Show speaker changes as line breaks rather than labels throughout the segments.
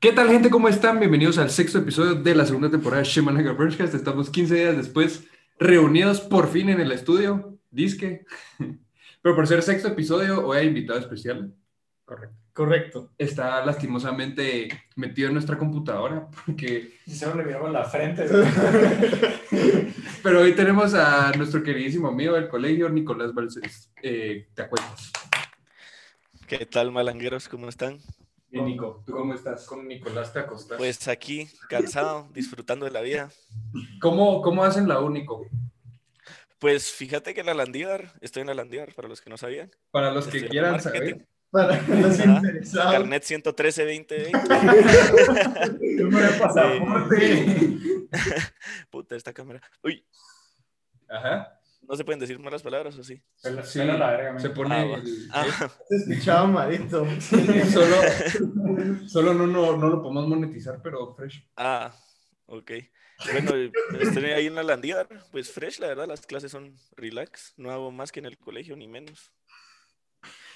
¿Qué tal, gente? ¿Cómo están? Bienvenidos al sexto episodio de la segunda temporada de Shemanaga Broadcast. Estamos 15 días después, reunidos por fin en el estudio. Disque. Pero por ser sexto episodio, hoy hay invitado especial. Correcto.
Correcto.
Está lastimosamente metido en nuestra computadora, porque...
Y solo le miramos la frente.
Pero hoy tenemos a nuestro queridísimo amigo del colegio, Nicolás Balcés. Eh, ¿Te acuerdas?
¿Qué tal, malangueros? ¿Cómo están?
Bien, Nico, ¿tú cómo estás?
Con Nicolás te acostás.
Pues aquí, cansado, disfrutando de la vida.
¿Cómo, cómo hacen la único?
Pues fíjate que en la Landívar, estoy en la Landívar, para los que no sabían.
Para los
Estoy
que
en
quieran
marketing.
saber.
Para los
Ajá. ¿eh?
interesados.
Carnet 113 20
Número de pasaporte.
Puta, esta cámara. Uy,
Ajá.
no se pueden decir malas palabras, ¿o sí?
Pela-
Sí,
pela la verga, man.
se pone...
Ah, va.
el-
Ah,
Se escuchaba malito.
Solo, solo no, no, no lo podemos monetizar, pero fresh.
ah, ok. Bueno, estoy ahí en la Landívar, pues fresh, la verdad, las clases son relax. No hago más que en el colegio, ni menos.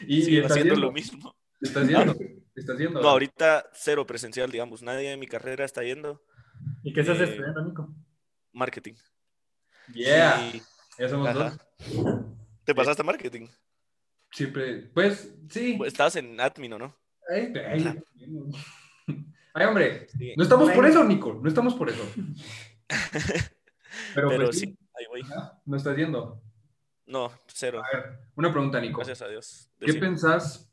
Y, y
Sigo
estás
haciendo
yendo, Ah.
lo mismo.
Estás yendo. Estás yendo.
No, ahorita cero presencial, digamos. Nadie de mi carrera está yendo
¿Y qué estás
Eh,
estudiando, Nico?
marketing.
Yeah.
Y-
Ya somos
Ajá.
dos.
¿Te pasaste a marketing?
Siempre. Pues, sí.
Pues, Estabas en admin, ¿o no?
Ay, ay, Ay, hombre.
Sí.
No estamos por
Bueno.
eso, Nico. No estamos por eso. Pero,
Pero
pues,
sí, ahí voy.
ajá, No estás yendo.
No, cero.
A ver, una pregunta, Nico.
Gracias a Dios.
¿Qué
Decime.
pensás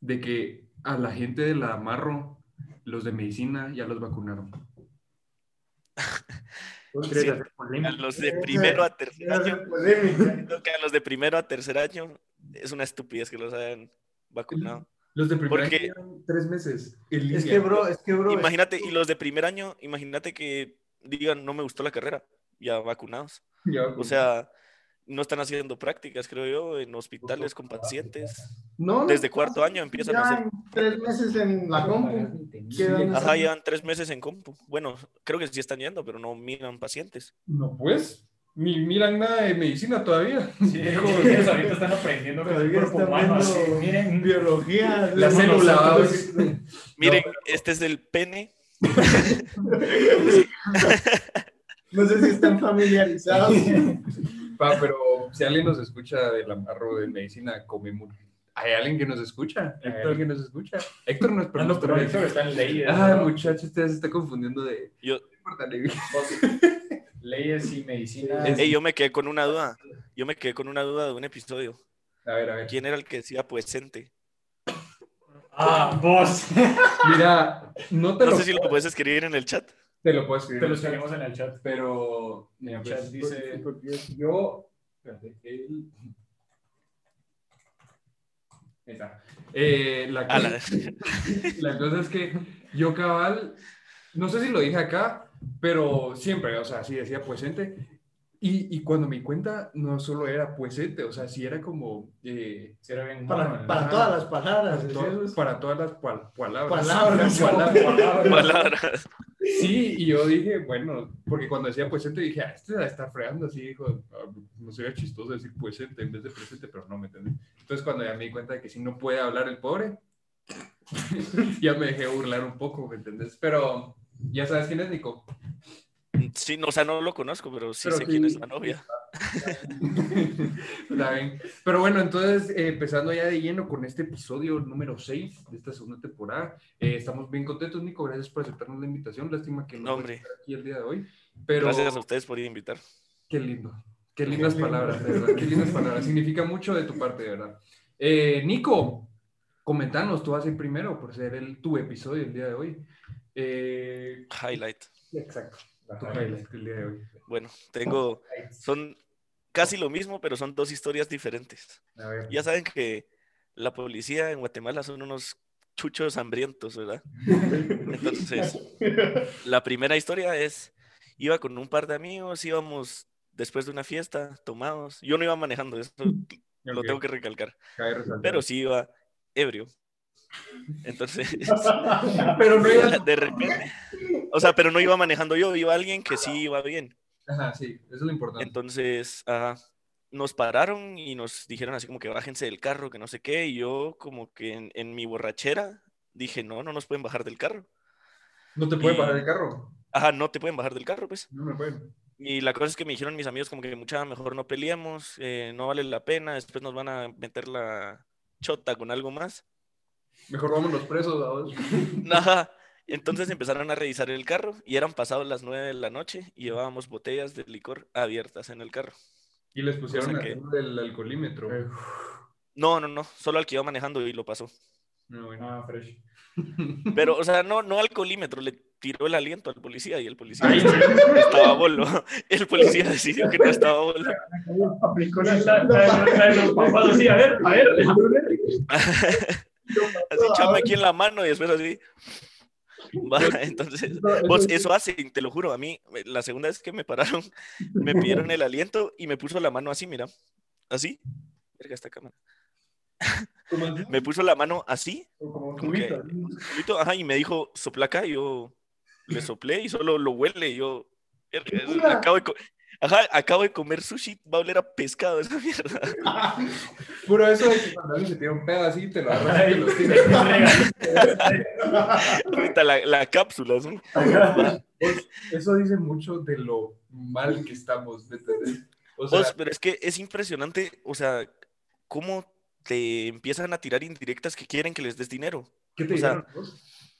de que a la gente de la Amarro, los de medicina, ya los vacunaron?
¿Vos
sí.
querés hacer
A
polémica?
los de primero a tercer
Era
año,
una polémica.
creo que a los de primero a tercer año es una estupidez que los hayan vacunado.
Los de primer
Porque-
año llevan tres meses. en
Es
línea.
que, bro, es que, bro.
Imagínate, y los de primer año, imagínate que digan, no me gustó la carrera, ya vacunados.
Ya,
O sea, no están haciendo prácticas, creo yo, en hospitales con pacientes.
no, no,
Desde cuarto año empiezan a
ya
hacer.
en tres meses en la compu. Quedan
Ajá, llevan tres meses en compu. Bueno, creo que sí están yendo, pero no miran pacientes.
No, pues, ni miran nada de medicina todavía.
Sí, ellos ahorita están aprendiendo que el
Todavía
cuerpo
están
humano así.
viendo
Miren,
biología.
La
luego
célula, va,
nosotros-
güey.
Miren, este es el pene.
No sé si están familiarizados.
Pa, pero si alguien nos escucha del amarro de medicina, comemos. ¿Hay alguien que nos escucha? ¿Hay
Héctor.
alguien que nos escucha? Héctor no es
Ah, no, pero eso está en leyes.
Ah,
¿no?
muchachos, ustedes se está confundiendo de...
Yo-
No importa, le-
Leyes y medicina.
Es-
Ey, yo me quedé con una duda. Yo me quedé con una duda de un episodio.
A ver, a ver.
¿Quién era el que decía pues, puesente?
Ah, vos.
Mira, no te,
No
lo,
sé si lo puedes escribir en el chat.
te lo puedo escribir.
Te los tenemos en el chat.
Pero, mira,
El chat
pues,
dice-
porque yo, espérate, el- Ahí está. Eh, la,
A
cosa,
la-
la cosa es que yo cabal, no sé si lo dije acá, pero siempre, o sea, sí decía puesente. Y, y cuando me di cuenta, no solo era puesente, o sea, sí era como eh,
Si era bien.
Para,
mono,
para
¿no?
todas las palabras.
para,
¿sí?
to- para todas las pal- palabras.
pues, Palabras.
Palabras.
Palabras.
Sí, y yo dije, bueno, porque cuando decía presente dije, ah, este la está fregando así, dijo, ah, no sería chistoso decir presente en vez de presente, pero no me entendí. Entonces cuando ya me di cuenta de que si no puede hablar el pobre, ya me dejé burlar un poco, ¿me entendés? Pero ya sabes quién es Nico.
Sí, no, o sea, no lo conozco, pero sí
Pero
sé
sí.
quién es la novia.
Está bien. Pero bueno, entonces eh, empezando ya de lleno con este episodio número 6 de esta segunda temporada, eh, estamos bien contentos, Nico, gracias por aceptarnos la invitación, lástima que
No,
no,
hombre,
estar aquí el día de hoy, pero...
gracias a ustedes por invitar.
Qué lindo. Qué lindas
lindo.
palabras, de verdad. Qué lindas palabras. Significa mucho de tu parte, de verdad. Eh, Nico, comentanos, tú vas a ir primero por ser el, tu episodio el día de hoy. Eh,
Highlight.
exacto. Tu
Ajá.
highlight el día de hoy.
Bueno, tengo. Son casi lo mismo, pero son dos historias diferentes.
A ver.
Ya saben que la policía en Guatemala son unos chuchos hambrientos, ¿verdad? Entonces, la primera historia es, iba con un par de amigos, íbamos después de una fiesta, tomados. Yo no iba manejando, eso lo
Ok,
tengo que recalcar,
cabe resaltar.
pero sí iba ebrio. Entonces,
Ah, Pero no era.
de repente, o sea, pero no iba manejando yo, iba alguien que sí iba bien.
Ajá, sí, eso es lo importante.
Entonces, ajá, nos pararon y nos dijeron así como que bájense del carro, que no sé qué, y yo como que en, en mi borrachera dije, no, no nos pueden bajar del carro.
No te pueden
Y-
parar el carro.
Ajá, no te pueden bajar del carro, pues.
No me pueden.
Y la cosa es que me dijeron mis amigos como que mucha mejor no peleemos, eh, no vale la pena, después nos van a meter la chota con algo más.
Mejor vamos los presos, ¿sabes?
Ajá. Entonces empezaron a revisar el carro y eran pasados las 9 de la noche y llevábamos botellas de licor abiertas en el carro.
Y les pusieron
Cosa
a
que-
hacer el alcoholímetro.
Eh.
No, no, no, solo al que iba manejando y lo pasó.
No, bueno.
Ah, fresh.
Pero, o sea, no, no al colímetro, le tiró el aliento al policía y el policía
Ay,
estaba bolo. El policía decidió que no estaba bolo.
Aplicó la la- la- la de los papás así, a ver, a ver, déjame ver.
Así, chame aquí en la mano y después así. Va, entonces, vos, eso hacen, te lo juro. A mí, me- la segunda vez que me pararon, me pidieron el aliento y me puso la mano así, mira. Así. Verga, esta cámara. Me puso la mano así,
Como un
como que-
cubito.
solito, ajá, y me dijo, sopla acá. y yo le soplé y solo lo huele. y yo, verga, es-
Mira.
acabo de, co- ajá, acabo de comer sushi, va a oler a pescado esa mierda.
Puro eso de que cuando alguien se tira un pedo así, te lo agarras y
Ay,
te lo
qué
tiras.
legal.
Ahorita la, la cápsula, ¿sí?
Eso dice mucho de lo mal que estamos. ¿me entendés? O sea,
Vos, pero es que es impresionante, o sea, cómo te empiezan a tirar indirectas que quieren que les des dinero.
¿qué te
o sea,
dijeron vos?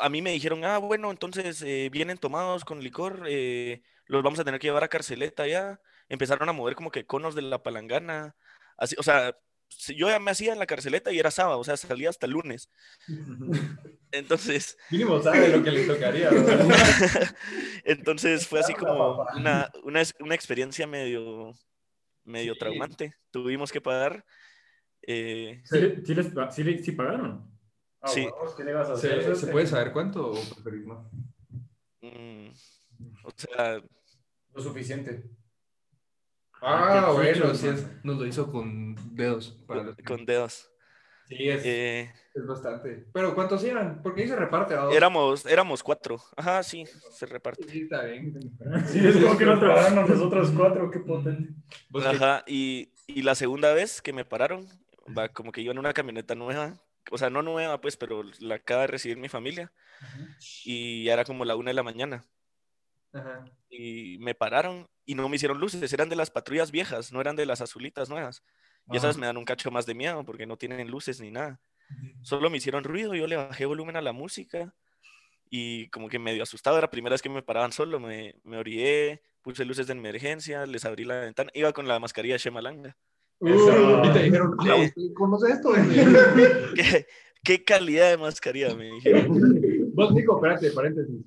A mí me dijeron, ah, bueno, entonces eh, vienen tomados con licor, eh, los vamos a tener que llevar a carceleta ya. Empezaron a mover como que conos de la palangana, así, o sea, si- yo ya me hacía en la carceleta y era sábado, o sea, salía hasta el lunes. Entonces,
Mínimo sabe lo que le tocaría. ¿verdad?
entonces fue así
Claro,
como
papá.
una, una, es- una experiencia medio, medio
Sí.
traumante. Tuvimos que pagar. eh,
Sí.
¿Sí, sí les pa- sí le- sí pagaron?
Ah,
Sí.
huevos, ¿qué le vas a hacer?
¿Se,
Eso
se
eh,
te-
puede saber cuánto o preferís no?
Mm, o sea,
Lo suficiente.
Ah,
qué
bueno,
chuchos,
sí es-
man.
nos lo hizo con dedos. para
con,
los-
con dedos.
Sí, es,
Eh,
es bastante. Pero ¿cuántos eran? Porque ahí se reparte a dos.
éramos, éramos cuatro. Ajá, sí, se reparte.
Sí, está bien.
Sí, es como que nos pagaron a nosotros cuatro, qué potente.
Vos que-
Ajá, y, y la segunda vez que me pararon, va, como que iba en una camioneta nueva. O sea, no nueva, pues, pero la acaba de recibir mi familia. Y ya era como la una de la mañana.
Ajá.
Y me pararon y no me hicieron luces. Eran de las patrullas viejas, no eran de las azulitas nuevas. Y esas me dan un cacho más de miedo porque no tienen luces ni nada. Solo me hicieron ruido, yo le bajé volumen a la música y como que medio asustado, era la primera vez que me paraban solo, me, me orillé, puse luces de emergencia, les abrí la ventana, iba con la mascarilla de Shemalanga.
Uy, y te dijeron, ah,
Eh.
¿usted conoce esto? Dice,
¿Qué, qué calidad de mascarilla me dijeron?
Vos, Nico, espérate, paréntesis.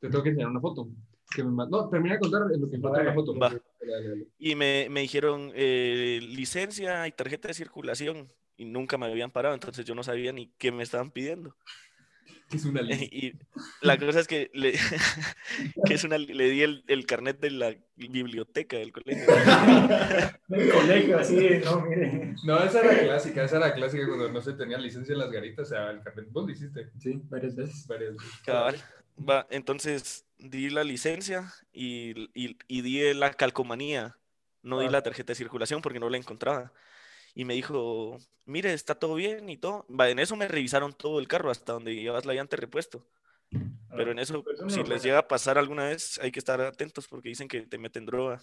Te tengo que enseñar una foto. Que me ma- No, termina de contar en lo que encontré la foto.
Va.
Dale, dale, dale.
Y me, me dijeron eh, licencia y tarjeta de circulación y nunca me habían parado, entonces yo no sabía ni qué me estaban pidiendo.
Que es una lista.
Y la cosa es que le, que es una, le di el, el carnet de la biblioteca del colegio.
Del colegio, así, de, no, mire.
No, esa era clásica, esa era clásica cuando no se tenía licencia en las garitas, o sea, el carnet. Vos lo hiciste
Sí, varias veces.
varias
Cabal. Va, entonces di la licencia y, y- y di la calcomanía. No di la tarjeta de circulación porque no la encontraba. Y me dijo, mire, está todo bien y todo. Va, en eso me revisaron todo el carro hasta donde llevas la llanta de repuesto. Pero en eso,
pues, eso
si
no
les
pasa.
llega a pasar alguna vez, hay que estar atentos porque dicen que te meten droga.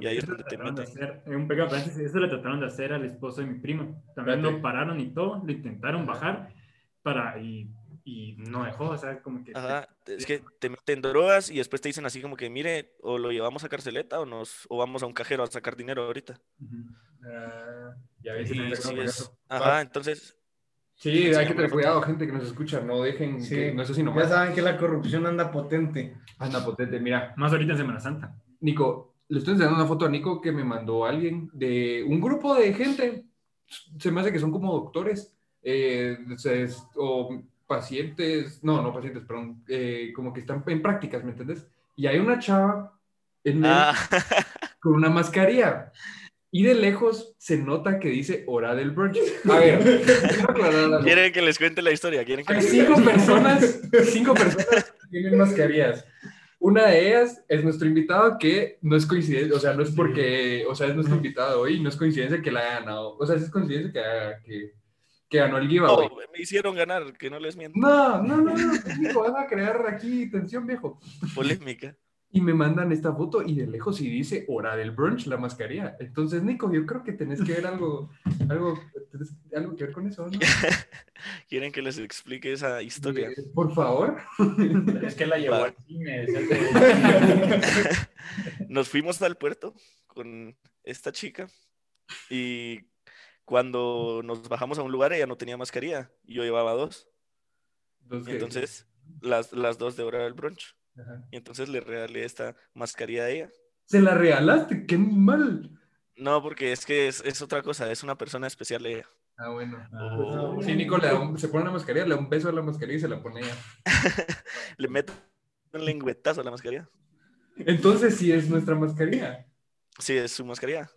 Y ahí es
Eh, Eso lo
donde te
trataron de
meten.
hacer, eh, un pecado, pero antes eso lo trataron de hacer al esposo de mi primo. También
Espérate.
lo pararon y todo, lo intentaron bajar para y, y no dejó, o sea, como que
Ajá, es que te meten drogas y después te dicen así como que, mire, o lo llevamos a carceleta o, nos, o vamos a un cajero a sacar dinero ahorita.
Ujú.
Ah, ya
Y
ves, tenés que
sí
tener
es-
cuidado.
Ajá, entonces
Sí,
Sí,
hay que
bueno,
tener cuidado, gente que nos escucha, no dejen
Sí.
que no es así
Ya
nomás.
saben que la corrupción anda potente.
Anda potente, mira.
Más ahorita en Semana Santa.
Nico, le estoy enseñando una foto a Nico que me mandó alguien de un grupo de gente, se me hace que son como doctores eh, se- o pacientes, no, no pacientes, perdón, eh, como que están en prácticas, ¿me entiendes? Y hay una chava en medio
Ah,
con una mascarilla. Y de lejos se nota que dice hora del brunch. A ver, quiero aclarar algo.
quieren que les cuente la historia, quieren que
Hay
les-
cinco personas, cinco personas que tienen mascarillas. Una de ellas es nuestro invitado que no es coincidencia, o sea, no es porque, o sea, es nuestro invitado hoy, no es coincidencia que la haya ganado, o sea, sí es coincidencia que, que, que ganó el giveaway.
No, me hicieron ganar, que no les miento.
No, no, no, no, hijo, van a crear aquí tensión, viejo.
Polémica.
Y me mandan esta foto y de lejos y dice hora del brunch, la mascarilla. Entonces, Nico, yo creo que tenés que ver algo, algo, tenés algo que ver con eso, ¿no?
¿Quieren que les explique esa historia?
Eh, Por favor.
Es que la llevó
Va.
al cine. es el de-
Nos fuimos al puerto con esta chica y cuando nos bajamos a un lugar ella no tenía mascarilla, y yo llevaba dos. Y
Entonces,
entonces, las, las dos de hora del brunch.
ajá.
Y entonces le regalé esta mascarilla a ella.
se la regalaste, qué mal.
No, porque es que es, es otra cosa, es una persona especial ella.
Ah, bueno.
Oh.
O-
Sí, Nico le da un- se pone la mascarilla, le da un beso a la mascarilla y se la pone ella.
le meto un lengüetazo a la mascarilla.
Entonces, sí es nuestra mascarilla.
Sí, es su mascarilla.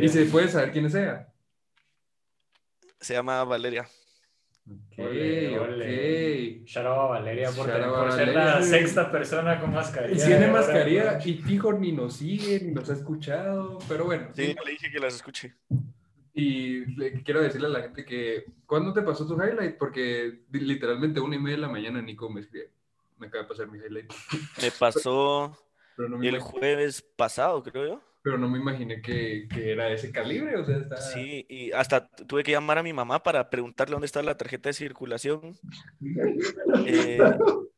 Y se puede saber quién es ella.
Se llama Valeria.
Ok,
Ole, ole.
ok.
Shout out a Valeria por,
Shout out a
por ser
Valeria.
la sexta persona con mascarilla.
Tiene
Ahora,
mascarilla
pues,
y fijo ni nos sigue, ni nos ha escuchado, pero bueno.
Sí, le dije que las escuche.
Y le quiero decirle a la gente que, ¿cuándo te pasó tu highlight? Porque di- literalmente una y media de la mañana Nico me escribe. Me acaba de pasar mi highlight.
Me pasó
Pero no me,
el
imagi-
jueves pasado, creo yo.
pero no me imaginé que, que era de ese calibre. O sea, está...
Sí, y hasta tuve que llamar a mi mamá para preguntarle dónde está la tarjeta de circulación. Eh,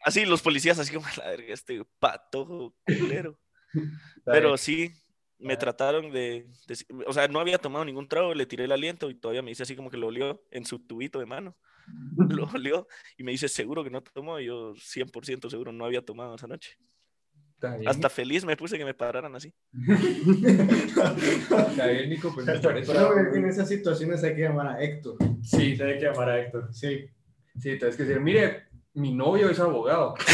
así, los policías, así como, "A la verga, este patojo culero.
está
Pero
bien.
sí, me trataron de, de- O sea, no había tomado ningún trago, le tiré el aliento y todavía me dice así como que lo olió en su tubito de mano. Lo olió y me dice, seguro que no tomó. Y yo, 100% seguro, no había tomado esa noche.
Está bien,
Hasta feliz me puse que me pararan así.
está bien, Nico, pues me parece.
Creo que en esas situaciones hay que llamar a Héctor.
Sí,
se Tiene que llamar a Héctor.
Sí.
sí, tienes que decir, mire, mi novio es abogado.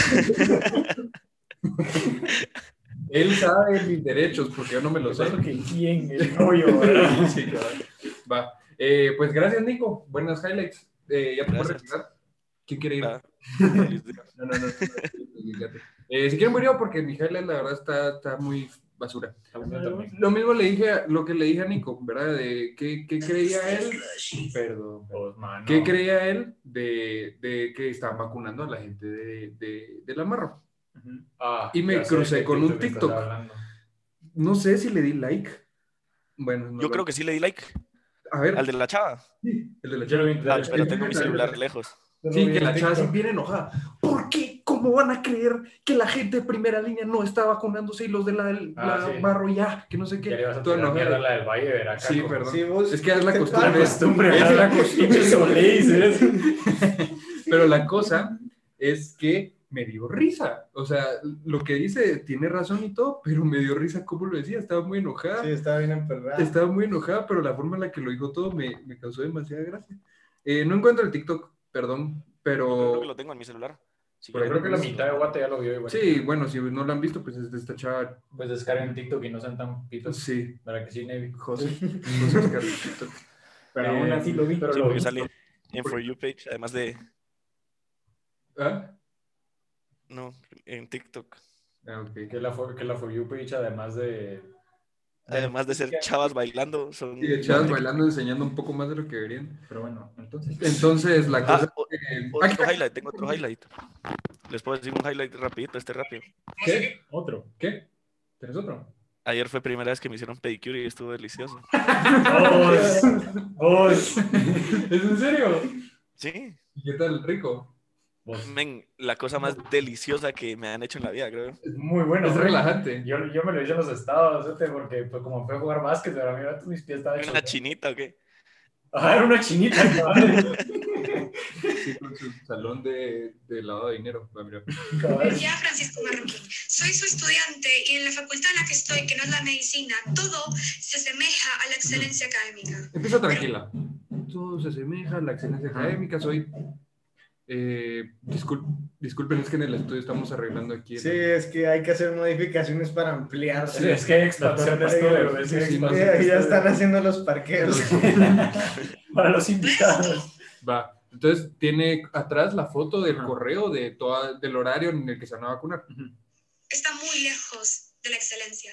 Él sabe mis derechos porque yo no me
Pues,
los sé.
Solo Pues, que quién, el novio, ¿verdad?
Sí, cabal. Va. Eh, pues gracias, Nico. Buenas highlights. Eh, ya te puedes
Gracias.
retirar. ¿Quién quiere ir?
Ah, feliz día.
No, no, no. no, no, no. Eh, si quieren voy yo porque mi highlight, la verdad, está, está muy basura. Lo mismo le dije, a- lo que le dije a Nico, ¿verdad? De qué, qué creía él, perdón,
Pues, mano.
qué creía él de, de que estaban vacunando a la gente de, de, del amarro.
Ah,
Y me
ya sé
crucé
de qué
con un
estás
TikTok.
hablando.
No sé si le di like. Bueno, no
Yo
lo-
creo que sí le di like
A ver,
al de la chava.
sí, el de la
Yo lo vi en
Ah,
Twitter.
pero tengo mi celular lejos.
Sí, que la chava así bien enojada. ¿Por qué? ¿Cómo van a creer que la gente de primera línea no está vacunándose y los de la, la
Ah, sí.
barro ya? Que no sé qué.
Ya le vas a
Toda
tirar
enojada.
mierda a la del Valle, verá,
Sí,
Caco.
perdón.
Sí, vos-
Es que es la
te-
costumbre.
ah,
Costumbre,
Es la
¿verdad?
costumbre.
Pinche Solís, ¿eh?
Pero la cosa es que me dio risa. O sea, lo que dice tiene razón y todo, pero me dio risa como lo decía. Estaba muy enojada.
Sí, estaba bien emperrada.
Estaba muy enojada, pero la forma en la que lo dijo todo me, me causó demasiada gracia. Eh, no encuentro el TikTok, perdón,
Creo
pero...
que lo tengo en mi celular. Sí,
Por ahí
Creo que la mitad de Guate ya lo vio igual.
Sí, bueno, si no lo han visto, pues es de esta chava.
Pues descarguen TikTok y no sean tan pitos.
Sí,
Para que sí, Navy.
José, José Oscar Pito.
Pero
Eh,
aún así lo vi. Pero
Sí,
lo
porque
vi.
sale en For You page, además de.
¿Ah?
No, en TikTok.
Ah, ok.
Que la, for- que la For You page, además de...
Además de ser chavas bailando, son.
Sí, de chavas bailando, enseñando un poco más de lo que deberían.
Pero bueno, entonces.
Entonces, la
Ah,
cosa.
o-
eh,
otro highlight, tengo otro highlight. Les puedo decir un highlight rapidito, este rápido.
¿Qué?
Otro.
¿Qué? ¿Tenés otro?
Ayer fue primera vez que me hicieron pedicure y estuvo delicioso.
Vos, vos.
¿Es en serio?
Sí,
¿Y qué tal, rico?
men, la cosa más deliciosa que me han hecho en la vida, creo.
Es muy bueno.
Es
güey.
relajante.
Yo, yo me lo hice en los estados, este, porque pues, como fue a jugar básquet, pero mira, mis pies estaban
Una
hechos.
chinita, ¿o qué?
Ah, era una chinita. cabrón.
Sí, con su salón de, de lavado de dinero. Va, mira.
Cabrón.
Decía Francisco Marroquín, soy su estudiante y en la facultad en la que estoy, que no es la medicina, todo se asemeja a la excelencia académica.
Empieza tranquila. Todo se asemeja a la excelencia académica. Soy. Eh, discul- disculpen, es que en el estudio estamos arreglando aquí. el-
Sí, es que hay que hacer modificaciones para ampliar.
Sí, es que hay expansión de estudio, es que hay
Sí, sí,
expansión de
Eh, ya
estudio.
están haciendo los parqueros.
Para los invitados.
Va. Entonces tiene atrás la foto del
Ajá.
correo de toda, del horario en el que se van a vacunar.
Está muy lejos de la excelencia.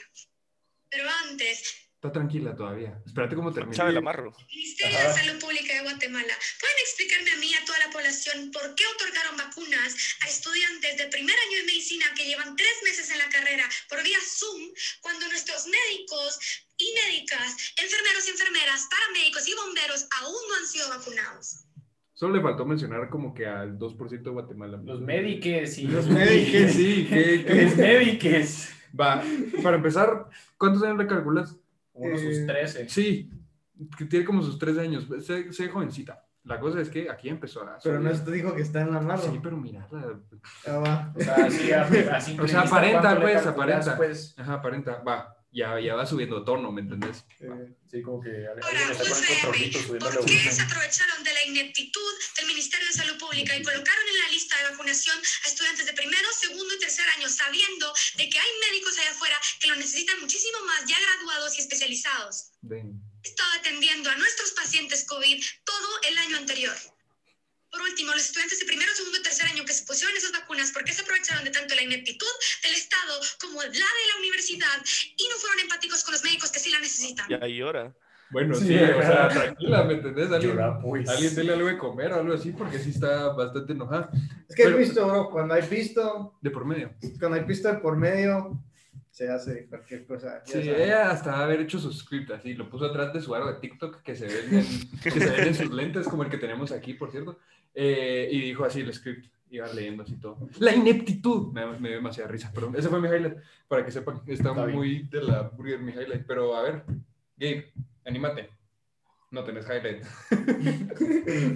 Pero antes
Está tranquila todavía. Espérate cómo termina.
Chávez Lamarro.
Ministerio de Salud Pública de Guatemala, ¿pueden explicarme a mí y a toda la población por qué otorgaron vacunas a estudiantes de primer año de medicina que llevan tres meses en la carrera por vía Zoom cuando nuestros médicos y médicas, enfermeros y enfermeras, paramédicos y bomberos aún no han sido vacunados?
Solo le faltó mencionar como que al 2% de Guatemala.
Los médiques y
Los
los
médicos, sí. que- que-
Los médiques.
Va, para empezar, ¿cuántos años le calculas?
Uno sus
Eh,
13.
Sí, que tiene como sus 13 años. Sé, sé jovencita. La cosa es que aquí empezó a...
Pero no es- dijo que está en la mano.
Sí, pero mira, la-
Ah, va.
O sea, sí, a- a simple
O sea,
vista,
aparenta,
¿cuánto le
pues,
calculas,
aparenta.
pues?
Ajá, aparenta, va, ya, ya va subiendo tono, ¿me entendés?
Eh,
Sí, como que a- alguien
Ahora,
le está poniendo
UFM,
controlito subiendo la
¿por qué se
volumen.
aprovecharon de la ineptitud del Ministerio de Salud Pública y colocaron en la lista de vacunación a estudiantes de primero, segundo y tercer año, sabiendo de que hay médicos allá afuera que lo necesitan muchísimo más, ya graduados y especializados?
De-
He estado atendiendo a nuestros pacientes COVID todo el año anterior. Por último, los estudiantes de primero, segundo y tercer año que se pusieron esas vacunas, ¿por qué se aprovecharon de tanto la ineptitud del Estado como la de la universidad y no fueron empáticos con los médicos que sí la necesitan?
Ya llora.
Bueno, sí,
Sí,
o sea,
ajá.
tranquila, ¿me entendés? Alguien,
Llora, pues.
alguien dele algo de comer o algo así, porque sí está bastante enojada.
Es que he
Pero-
visto, bro, cuando hay visto,
De por medio.
cuando hay visto de por medio, se hace cualquier cosa. ya
Sí, eh.
sabes.
¿eh?
ella hasta haber hecho su script así, lo puso atrás de su aro de TikTok que se ven en, que se ven en sus lentes, como el que tenemos aquí, por cierto, eh, y dijo así el script, iba leyendo así todo. La ineptitud, me, me dio demasiada risa, pero ese fue mi highlight, para que sepan, que está
Está bien.
muy de la burger mi highlight, pero a ver, Gabe, anímate, no tenés highlight,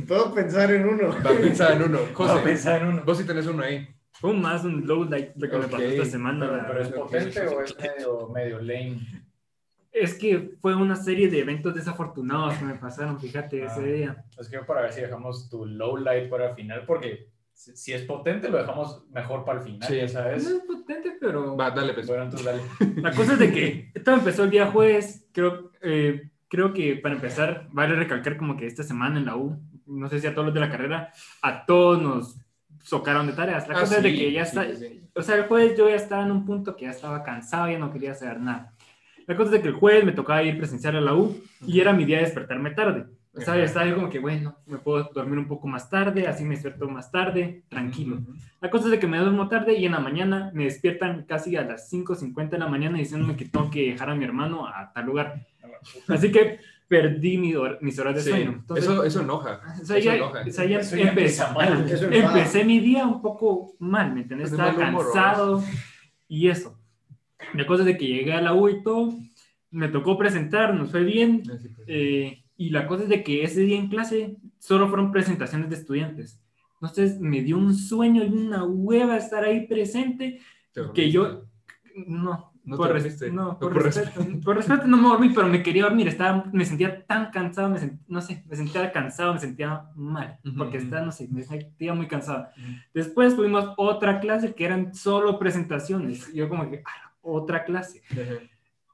Puedo pensar en uno.
va a pensar en uno,
No,
José,
pensaba en uno.
vos sí tenés uno ahí,
Fue más un low light lo que me pasó
Ok,
esta semana.
Pero,
la
pero es
verdad.
potente o es medio, medio lame.
Es que fue una serie de eventos desafortunados que me pasaron, fíjate,
Ah.
ese día.
Es que para ver si dejamos tu low light para el final, porque si si es potente, lo dejamos mejor para el final,
Sí.
ya
No
sabes.
es potente, pero...
va, dale, pues.
Bueno, entonces dale.
La cosa es de que esto empezó el día jueves, creo, eh, creo que para empezar vale recalcar como que esta semana en la U, no sé si a todos los de la carrera, a todos nos socaron de tareas. La
Ah,
cosa es de
sí,
que ya
sí,
está,
sí, sí.
o sea, el jueves yo ya estaba en un punto que ya estaba cansado, ya no quería hacer nada. La cosa es de que el jueves me tocaba ir presencial a la U y era mi día de despertarme tarde. O sea,
Ajá.
estaba yo como que, bueno, me puedo dormir un poco más tarde, así me despierto más tarde, tranquilo.
Ujú.
La cosa es de que me duermo tarde y en la mañana me despiertan casi a las 5.50 de la mañana diciéndome que tengo que dejar a mi hermano a tal lugar. Así que perdí mi hor- mis horas de
Sí,
sueño. Entonces,
eso, eso enoja.
o sea,
eso
ya-
enoja.
o sea, ya
Eso ya
empecé,
empieza mal.
Eso es
empecé mi día un poco mal, ¿me entiendes?
Pues de
Estaba
mal humor,
cansado y eso. La cosa es de que llegué a la U y todo, me tocó presentar, nos fue bien, eh, y la cosa es de que ese día en clase solo fueron presentaciones de estudiantes. Entonces me dio un sueño y una hueva estar ahí presente.
Te dormiste.
que yo- No,
No
por,
te
res-
dormiste.
no,
No,
por
por
respeto. Por respeto no me dormí, pero me quería dormir. Estaba, me sentía tan cansado, me sent- no sé, me sentía cansado, me sentía mal.
Ujú,
Porque
ujú.
estaba, no sé, me sentía muy cansado.
Ujú.
Después tuvimos otra clase que eran solo presentaciones. Yo como que, "Ah, otra clase.
Ajá,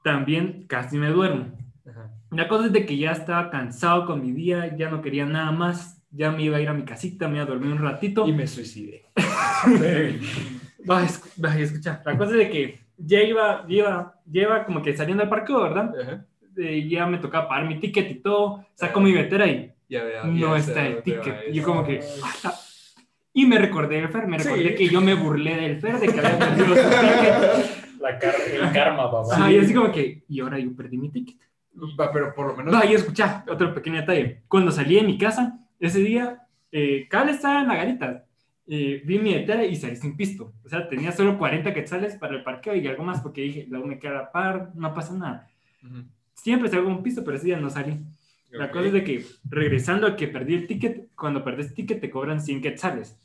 También casi me duermo.
ajá.
La cosa es de que ya estaba cansado con mi día, ya no quería nada más, ya me iba a ir a mi casita, me iba a dormir un ratito.
Y me suicidé.
Ay, escu- ay, escucha, la cosa es de que ya iba, ya iba, ya iba como que saliendo al parqueo, ¿verdad?
Ajá.
Eh, ya me tocaba pagar mi ticket y todo, saco mi billetera y
Eh, Ya vea,
no
ya
está
sé
el
dónde va
ticket.
eso.
Yo como que... "Ah, la-". Y me recordé del Fer, me recordé que yo me burlé del Fer, de que había perdido su ticket.
La car- el karma, papá.
Ajá, y así como que, y ahora yo perdí mi ticket.
Va, pero por lo menos.
No, y escucha, otro pequeño detalle. Cuando salí de mi casa, ese día, eh, Cal estaba en la garita. Eh, vi mi billetera y salí sin pisto. O sea, tenía solo 40 quetzales para el parqueo y algo más porque dije, luego me queda a la par, no pasa nada.
Ujú.
Siempre salgo con pisto, pero ese día no salí. La
Ok.
cosa es de que, regresando a que perdí el ticket, cuando perdés ticket te cobran 100 quetzales.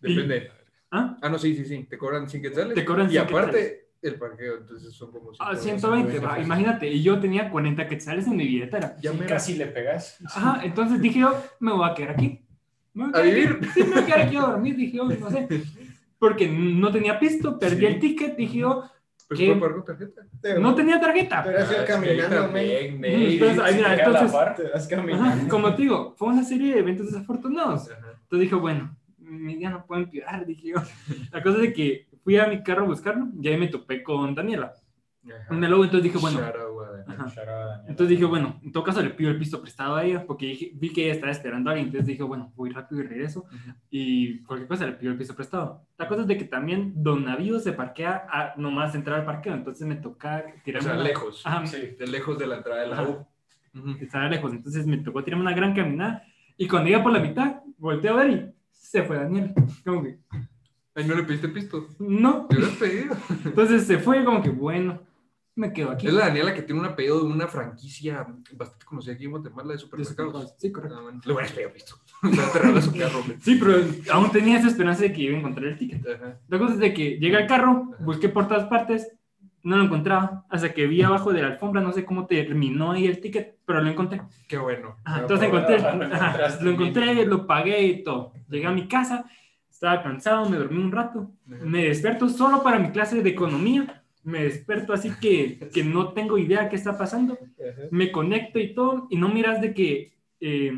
Depende.
¿Ah?
Ah, no, sí, sí, sí. Te cobran 100 quetzales.
Te cobran
Y
100
aparte, el parqueo. Entonces son como.
Ah,
120,
120, va, imagínate. Y yo tenía 40 quetzales en mi billetera.
Ya
Sí,
me
casi le pegas.
Ajá, entonces dije yo, me voy a quedar aquí. Me voy
A
quedar
vivir.
aquí. Sí, me voy a quedar aquí a dormir, dije yo, no sé. Porque no tenía pisto, perdí
Sí.
el ticket, dije yo,
Pues
¿Qué?
puedo pagar con tarjeta.
Te-
no tenía tarjeta.
Te vas
Ah, es
a ir
que ahí
caminando, men.
también,
Ujú,
maybe.
pues, ahí,
Si
mira,
te queda la
entonces-
par,
Te vas
Ajá,
caminando.
como te digo, fue una serie de eventos desafortunados.
Ajá.
Entonces dije, bueno, mi día no puede empeorar, dije yo. La cosa es de que fui a mi carro a buscarlo y ahí me topé con Daniela.
Ajá. Ah.
Me luego entonces dije, bueno,
Shout out, Guadalajara.
Ajá.
Shout out a Daniela.
Entonces dije, bueno, en todo caso le pido el pisto prestado a ella, porque dije- vi que ella estaba esperando a alguien, entonces dije, bueno, voy rápido y regreso, y cualquier cosa le pido el pisto prestado. La cosa es de que también Don Navío se parquea a nomás entrar al parqueo, entonces me toca
O
tirarme
sea,
una-
lejos.
Ajá,
Sí, de lejos de la entrada de la U. Ujú.
estaba lejos, entonces me tocó tirarme una gran caminada, y cuando iba por la mitad, volteo a ver y se fue Daniel, como que,
Ay, no le pediste pisto.
no,
Yo lo he pedido.
entonces se fue, como que, bueno, me quedo aquí.
Es la Daniela que tiene un apellido de una franquicia bastante conocida aquí en Guatemala de
De
supermercados.
supermercados, sí, correcto.
Ah, bueno. Le hubieras pedido pisto. O sea, te regalo su carro. hombre.
Sí, pero aún tenía esa esperanza de que iba a encontrar el ticket.
Ajá.
La cosa es de que llegué al carro, busqué por todas partes, no lo encontraba, hasta que vi abajo de la alfombra, no sé cómo terminó ahí el ticket, pero lo encontré.
Qué bueno.
Ajá,
Ah,
entonces
por-
encontré,
ah, lo
ajá,
encontraste.
lo encontré, lo pagué y todo. Llegué a mi casa, estaba cansado, me dormí un rato,
Ajá.
me despierto solo para mi clase de economía, me despierto así que, que no tengo idea qué está pasando,
Ajá.
me conecto y todo, y no miras de que eh,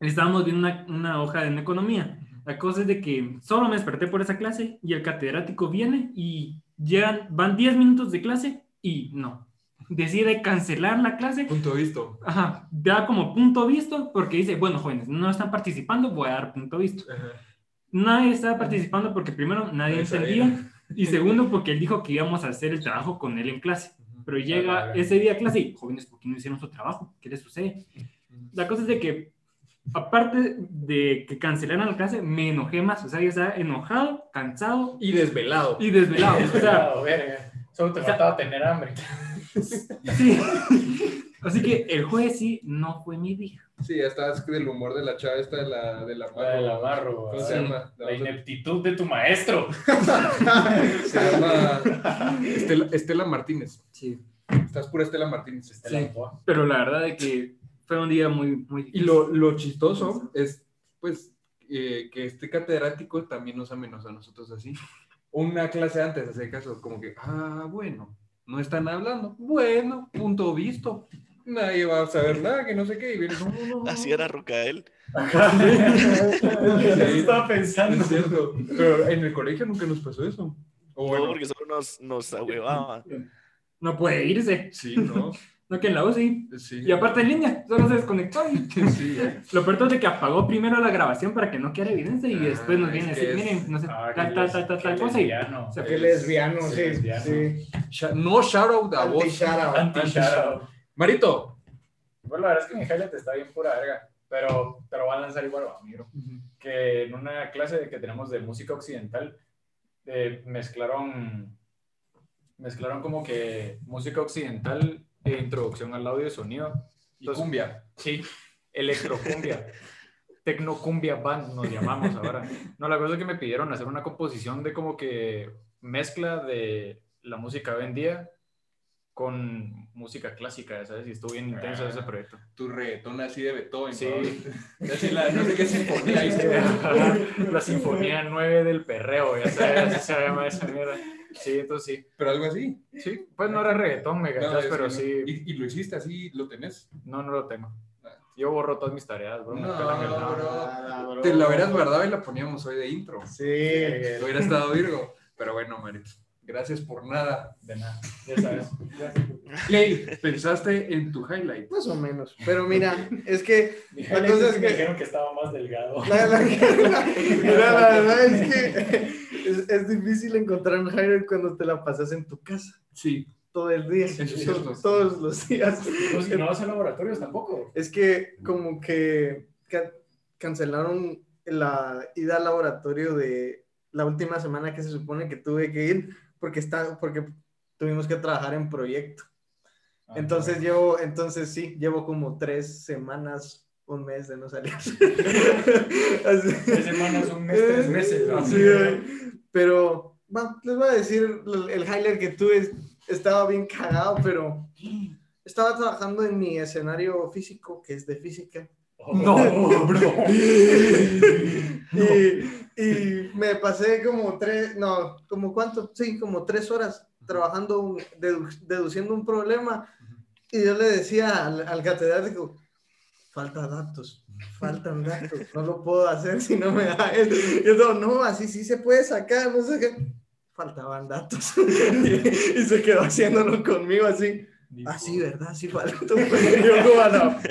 estábamos viendo una, una hoja de una economía. La cosa es de que solo me desperté por esa clase y el catedrático viene y llegan, van 10 minutos de clase y no. Decide cancelar la clase.
Punto de visto.
Ajá, da como punto visto porque dice, bueno, jóvenes, no están participando, voy a dar punto visto.
Ajá.
Nadie estaba participando porque primero nadie
Nadie
entendía y segundo porque él dijo que íbamos a hacer el trabajo con él en clase.
Ah,
Pero llega ese día a clase y, jóvenes, ¿por qué no hicieron su trabajo? ¿Qué les sucede? La cosa es de que, aparte de que cancelaron la clase, me enojé más. O sea, yo estaba enojado, cansado
Y desvelado.
y desvelado. O sea,
Cuidado, verga. Solo te
o sea-
faltaba tener hambre.
sí. Así que el jueves sí no fue mi día.
Sí, ya estás del humor de la chava esta de la, de la
Ah, El amarro.
¿Cómo
ah,
se llama?
La ineptitud de tu maestro.
Se llama Estela, Estela Martínez.
Sí.
Estás pura Estela Martínez.
Estela,
Sí.
po.
Pero la verdad es que fue un día muy, muy
Y
difícil.
lo, lo chistoso es, pues, eh, que este catedrático también nos amenazó a nosotros así. Una clase antes, hace caso, como que, ah, bueno, no están hablando. Bueno, punto visto. Nadie va a saber nada, que no sé qué. Y viene, no, no, no, no.
Así era Rocael.
Yo estaba pensando.
Es cierto. Pero en el colegio nunca nos pasó eso. O
No,
bueno,
porque solo nos, nos ahuevaba.
No puede irse.
sí, ¿no?
No que en la U sí.
Sí.
Y aparte en línea, solo se desconectó. y-
Sí.
Lo peor es que apagó primero la grabación para que no quede evidencia y
Ah,
después nos viene a
es
decir,
que es-
miren, no sé,
Ah,
tal,
qué
tal,
les-
tal, tal,
qué
tal cosa. Y
lesbiano.
se
Qué
fue.
lesbiano,
Sí,
sí.
lesbiano.
sí.
Sha- No shout out a vos.
Anti-shout-out.
Anti-shadow.
Marito.
Bueno, Pues la verdad es que mi highlight está bien pura verga. Pero, pero va a lanzar igual a Que en una clase de- que tenemos de música occidental, eh, mezclaron, mezclaron como que música occidental e introducción al audio y sonido.
Y cumbia.
Sí, electrocumbia. Tecnocumbia band nos llamamos ahora. No, la cosa es que me pidieron hacer una composición de como que mezcla de la música hoy en día con música clásica, ¿sabes? Y estuvo bien intenso
Ah.
ese proyecto.
Tu reggaetón así de Beethoven.
Sí.
¿no? Así la- no sé qué sinfonía hiciste.
Este, La Sinfonía 9 del Perreo, ya sabes, así se llama esa mierda. Sí, entonces sí.
Pero algo así.
Sí, pues no era reggaetón, me
No,
cachas,
es
pero
que no.
sí.
¿Y, y lo hiciste así, lo tenés.
No, no lo tengo.
Ah.
Yo borro todas mis tareas, bro. me
No,
pelan el
bro.
rabo.
Te la hubieras guardado y la poníamos hoy de intro.
Sí.
Hubiera estado Virgo. Pero bueno, Marito. Gracias por nada.
De nada, ya sabes.
Ley, pensaste en tu highlight.
Más o menos. Pero mira, es que
Mira,
La cosa es que-
dijeron que estaba más delgado.
la, la- mira, la verdad es que es, es difícil encontrar un highlight cuando te la pasas en tu casa
Sí.
todo el día,
Sí, sí, sí.
to- todos los días.
Pues que no vas a laboratorios tampoco.
Es que como que ca- cancelaron la ida al laboratorio de la última semana que se supone que tuve que ir porque, está, porque tuvimos que trabajar en proyecto. ah,
Ah,
Entonces llevo, entonces sí, llevo como tres semanas, un mes de no salir. Así-
Tres semanas, un mes, tres meses. ¿no?
Sí, eh. pero va, les voy a decir el, el highlight que tuve. Estaba bien cagado, pero estaba trabajando en mi escenario físico, que es de física.
No, bro.
Y, y me pasé como tres, no, como cuánto, sí, como tres horas trabajando, un- dedu- deduciendo un problema. Y yo le decía al, al catedrático, falta datos, faltan datos, no lo puedo hacer si no me da él. Y yo, no, así sí se puede sacar, no sé qué. Faltaban datos. y se quedó haciéndolo conmigo así. Ah, sí, ¿verdad? Sí, faltó.
Yo cubano.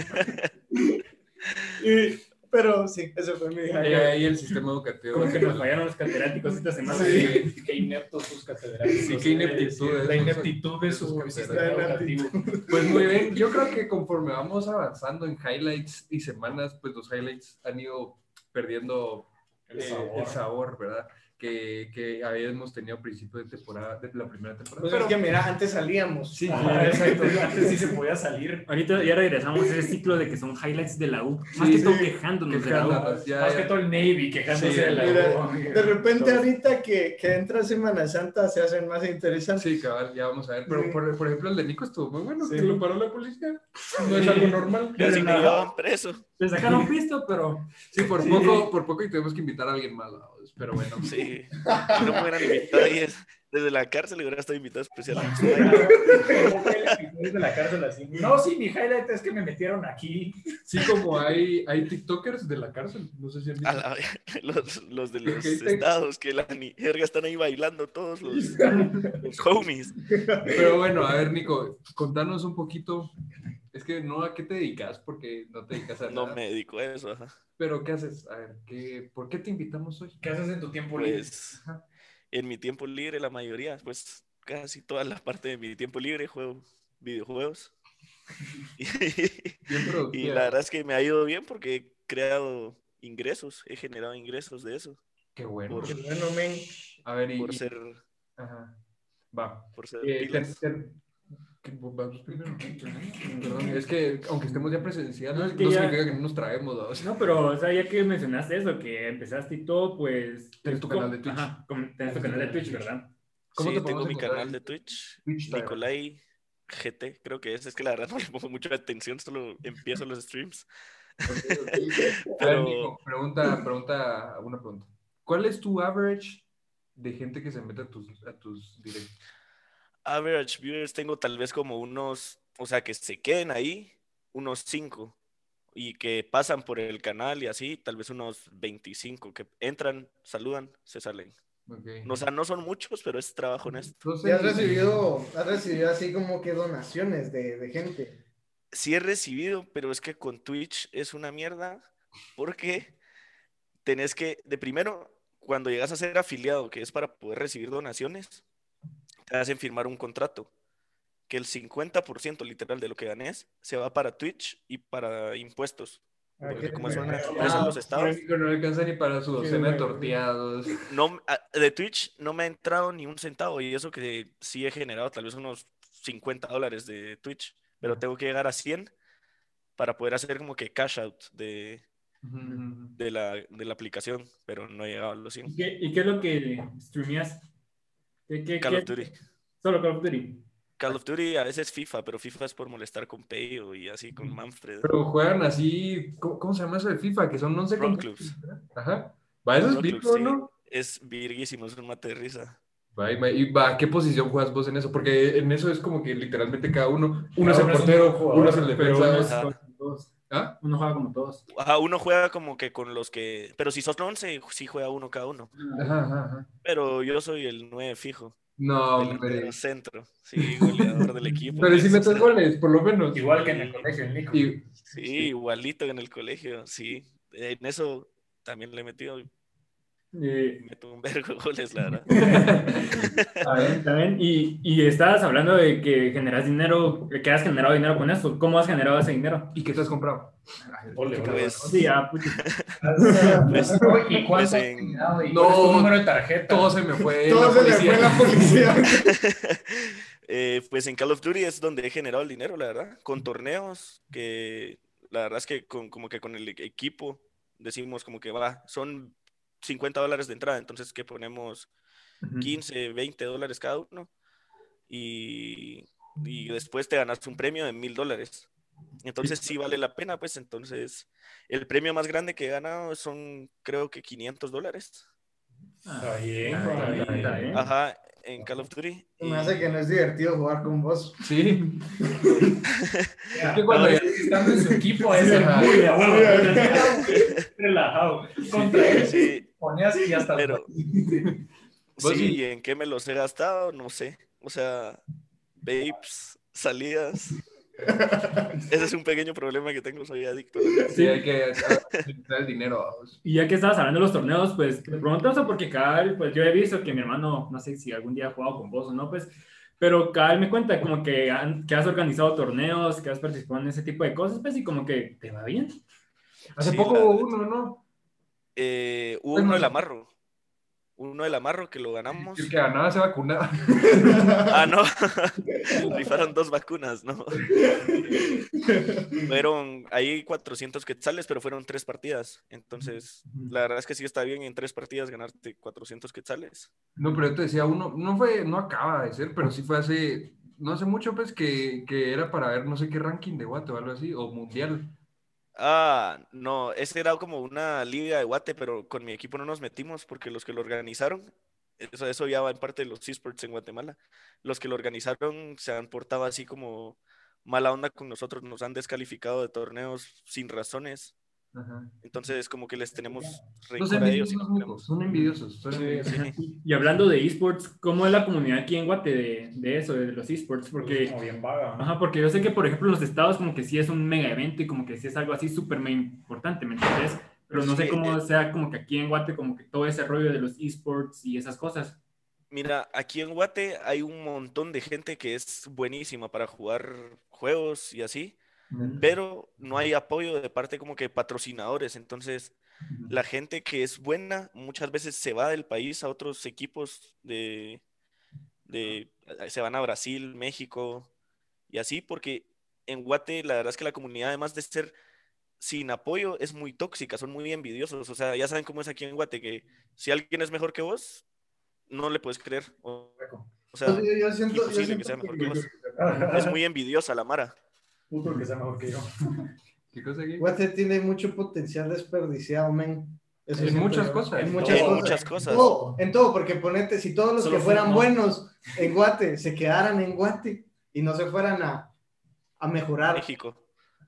Y- pero sí, eso fue mi
Ahí,
highlight.
ahí el sistema educativo.
Como que nos fallaron los catedráticos esta semana.
Sí, qué ineptos sus catedráticos. eh,
Sí, qué ineptitud eh. es,
La
no
ineptitud de
Esos
su
catedráticos.
sistema
La
educativo.
Pues muy bien, yo creo que conforme vamos avanzando en highlights y semanas, pues los highlights han ido perdiendo eh,
El sabor.
sabor, ¿verdad? Que, que habíamos tenido a principio de temporada, de la primera temporada.
Pues es que mira, antes salíamos.
Sí,
Ajá, exacto. Antes sí se podía salir.
Ahorita ya regresamos a ese ciclo de que son highlights de la U. Más
Sí,
que todo
sí.
quejándonos
que
de la U.
Carlos, ya-
Más que todo el Navy quejándose
Sí,
de la
mira,
U.
De repente
Entonces,
ahorita que, que entra Semana Santa se hacen más interesantes.
Sí, cabal, ya vamos a ver. Pero,
Sí.
por, por ejemplo, el de Nico estuvo muy bueno,
Sí.
que lo paró la policía. No es algo normal.
Casi me llevaban preso.
Le sacaron pisto, pero
Sí, por poco, por poco y tuvimos que invitar a alguien más. ¿sabes? Pero bueno,
Sí. No me hubieran invitado ahí. es- Desde la cárcel hubiera estado invitado especial.
¿cómo fue el episodio de la cárcel así? No, sí, mi highlight es que me metieron aquí.
sí, como hay, hay TikTokers de la cárcel. No sé si han visto.
A la- los, los de los
Ok, te-
estados que la ni jerga están ahí bailando todos los, los homies.
Pero bueno, a ver, Nico, contanos un poquito. Es que no a qué te dedicas, porque no te dedicas a
No
nada.
me dedico a eso. ajá.
Pero ¿qué haces? A ver, ¿qué, ¿por qué te invitamos hoy?
¿Qué haces en tu tiempo libre?
Pues en mi tiempo libre, la mayoría, pues casi toda la parte de mi tiempo libre juego videojuegos. Y-
Bien
Y
productiva.
la verdad es que me ha ido bien porque he creado ingresos, he generado ingresos de eso,
Qué bueno.
por-
Qué bueno, men.
A ver, y...
por
y-
ser,
Ajá. Va.
por ser
Eh,
pilas.
ter- ter- ¿Qué- vos vas primero? Perdón, es que aunque estemos ya presenciales, no,
No, es que ya-
significa que no nos traemos. ¿no? O sea,
no, pero o sea, ya que mencionaste eso, que empezaste y todo, pues.
Tienes tu canal de Twitch.
Ajá, como- tienes tu canal de Twitch, ¿verdad?
¿Cómo
Sí,
te
tengo
podemos
mi
encontrar?
canal de Twitch,
Twitch, tal.
Nicolai GT, creo que es, es que la verdad no le pongo mucha atención, solo empiezo los streams.
A ver,
Pero-
Nico, pregunta, pregunta, una pregunta. ¿Cuál es tu average de gente que se mete a tus, a tus directos?
Average viewers tengo tal vez como unos, o sea, que se queden ahí, unos 5 y que pasan por el canal y así, tal vez unos 25 que entran, saludan, se salen.
Okay.
O sea, no son muchos, pero es trabajo en esto.
No sé.
¿Y has recibido, has recibido así como que donaciones de, de gente?
Sí he recibido, pero es que con Twitch es una mierda porque tenés que, de primero, cuando llegas a ser afiliado, que es para poder recibir donaciones, te hacen firmar un contrato que el 50% literal de lo que ganes se va para Twitch y para impuestos.
Ah,
Porque
qué
como es una
bueno.
empresa en los estados,
Nico no le alcanza ni para su
Qué
docena de
bueno.
torteados.
no, a- de Twitch no me ha entrado ni un centavo y eso que sí he generado tal vez unos 50 dólares de Twitch, pero tengo que llegar a 100 para poder hacer como que cash out de, de la, de la aplicación, pero no he llegado a los 100.
¿Y qué, y qué es lo que streameas? ¿Qué, qué,
Call
qué-
of Duty.
Solo Call of Duty.
Call of Duty a veces FIFA, pero FIFA es por molestar con Peyo y así con Manfred.
Pero juegan así, ¿cómo, cómo se llama eso de FIFA? Que son 11
Pro
contra-
Clubs.
Ajá. Va, eso es
Pro
Big
Clubs, sí.
¿no?
Es virguísimo, es un mate de risa.
Va, y va- y va, ¿qué posición juegas vos en eso? Porque en eso es como que literalmente cada uno, uno es el
uno es un
portero,
jugador,
uno es el
Pero uno,
defensa.
es-
Ajá.
todos.
¿Ah?
Uno juega como todos.
Ajá, uno juega como que con los que... Pero si sos 11, sí juega uno cada uno.
Ajá, ajá, ajá.
Pero yo soy el 9 fijo,
No, hombre.
delantero centro. Sí, goleador del equipo.
Pero si
eso, o
metes
sea,
goles, por lo menos.
Igual que en el colegio, en Nico.
Y-
Sí, igualito que en el colegio, sí. En eso también le he metido,
Eh,
meto un vergo de goles, la verdad.
Está bien, está bien. Y, y estabas hablando de que generas dinero, que has generado dinero con eso. ¿Cómo has generado ese dinero?
¿Y qué te has comprado?
Ole, ole,
Pues,
Sí, ah, puta.
pues,
¿Y cuánto
pues,
has
en-
terminado? ¿Y
No.
cuál es tu número de tarjeta?
Todo se me fue.
Todo
la
se le
policía.
fue la policía.
Eh, pues en Call of Duty es donde he generado el dinero, la verdad, con torneos, que la verdad es que con, como que con el equipo decimos como que va, son 50 dólares de entrada, entonces que ponemos 15, 20 dólares cada uno y, y después te ganas un premio de mil dólares. Entonces sí vale la pena, pues entonces el premio más grande que he ganado son creo que 500 dólares.
Está bien,
Está
está
bien, está
bien.
¿eh?
bien.
Ajá, en Call of Duty.
Me hace que no es divertido jugar con vos.
Sí.
Mira,
Es que cuando
cada
ya-
vez que estando en su equipo es
Sí,
el
ajá.
muy de
Sí,
huevo. relajado. Contra él
Sí.
ponías y hasta
Pero-
Vos
Sí,
Pues sí.
¿y en qué me los he gastado? No sé. O sea, babes, salidas. Ese es un pequeño problema que tengo, soy adicto. a la-
Sí, hay que administrar el dinero. vamos.
Y ya que estabas hablando de los torneos, pues te pregunto eso porque cada vez, pues yo he visto que mi hermano, no sé si algún día ha jugado con vos o no, pues, pero cada vez me cuenta como que, han- que has organizado torneos, que has participado en ese tipo de cosas, pues, y como que te va bien.
Hace
Sí,
poco
la-
hubo uno, ¿no?
Eh, hubo
Ay,
uno
no.
del amarro. Uno del amarro que lo ganamos.
El que ganaba se vacunaba.
Ah, no. Rifaron dos vacunas, ¿no? Fueron ahí 400 quetzales, pero fueron tres partidas. Entonces, la verdad es que sí está bien en tres partidas ganarte 400 quetzales.
No, pero yo te decía, uno, no fue, no acaba de ser, pero sí fue hace, no hace mucho, pues, que, que era para ver no sé qué ranking de guato o algo así, o mundial.
Ah, no, ese era como una liga de guate, pero con mi equipo no nos metimos porque los que lo organizaron, eso, eso ya va en parte de los esports en Guatemala, los que lo organizaron se han portado así como mala onda con nosotros, nos han descalificado de torneos sin razones,
Ajá.
entonces como que les tenemos
Los
rencor a ellos y
envidiosos,
no
Nico, son envidiosos, son envidiosos.
queremos- sí.
Y hablando de esports, ¿cómo es la comunidad aquí en Guate de, de eso, de los esports? Porque...
Como bien vaga. ¿no?
Ajá, porque yo sé que, por ejemplo, en los estados como que sí es un mega evento y como que sí es algo así súper mega importante, ¿me entiendes? Pero no sé
Sí,
cómo
eh.
sea como que aquí en Guate como que todo ese rollo de los esports y esas cosas.
Mira, aquí en Guate hay un montón de gente que es buenísima para jugar juegos y así, pero no hay apoyo de parte como que patrocinadores, entonces... la gente que es buena muchas veces se va del país a otros equipos de, de eh, se van a Brasil, México y así porque en Guate la verdad es que la comunidad además de ser sin apoyo es muy tóxica, son muy envidiosos, o sea, ya saben cómo es aquí en Guate que si alguien es mejor que vos no le puedes creer, o, o sea,
O sea, yo, yo siento, yo
imposible
siento
que sea
que-
mejor que vos. Es muy envidiosa la Mara.
Puto que sea mejor que yo.
¿Qué cosa aquí?
Guate tiene mucho potencial desperdiciado, men. Eso
En
siento
muchas
yo.
cosas.
En
En
muchas
Sí,
cosas.
muchas cosas.
En todo, en todo, porque ponete, si todos los
Solo
que fueran
fútbol.
buenos en Guate se quedaran en Guate y no se fueran a, a mejorar
México.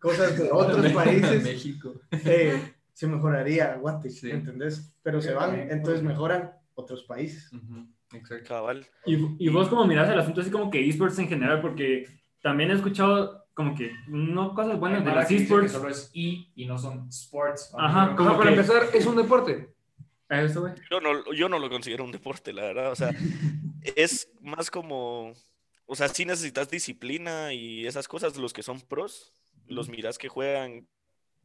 cosas de otros países,
México.
eh, se mejoraría Guate,
Sí.
¿entendés? Pero se
Pero
van,
también,
entonces
pues,
mejoran otros países.
Ujú, Exacto.
Cabal.
Y, y vos como mirás el asunto así como que esports en general, porque también he escuchado como que no cosas buenas
Hay
de
mala
los
que dice que
esports.
Solo es I y no son sports.
Ajá,
amigo.
como
No, para
que-
empezar, es un deporte.
A Eso, güey.
Yo no, yo no lo considero un deporte, la verdad. O sea, es más como, o sea, sí necesitas disciplina y esas cosas. Los que son pros, los miras que juegan.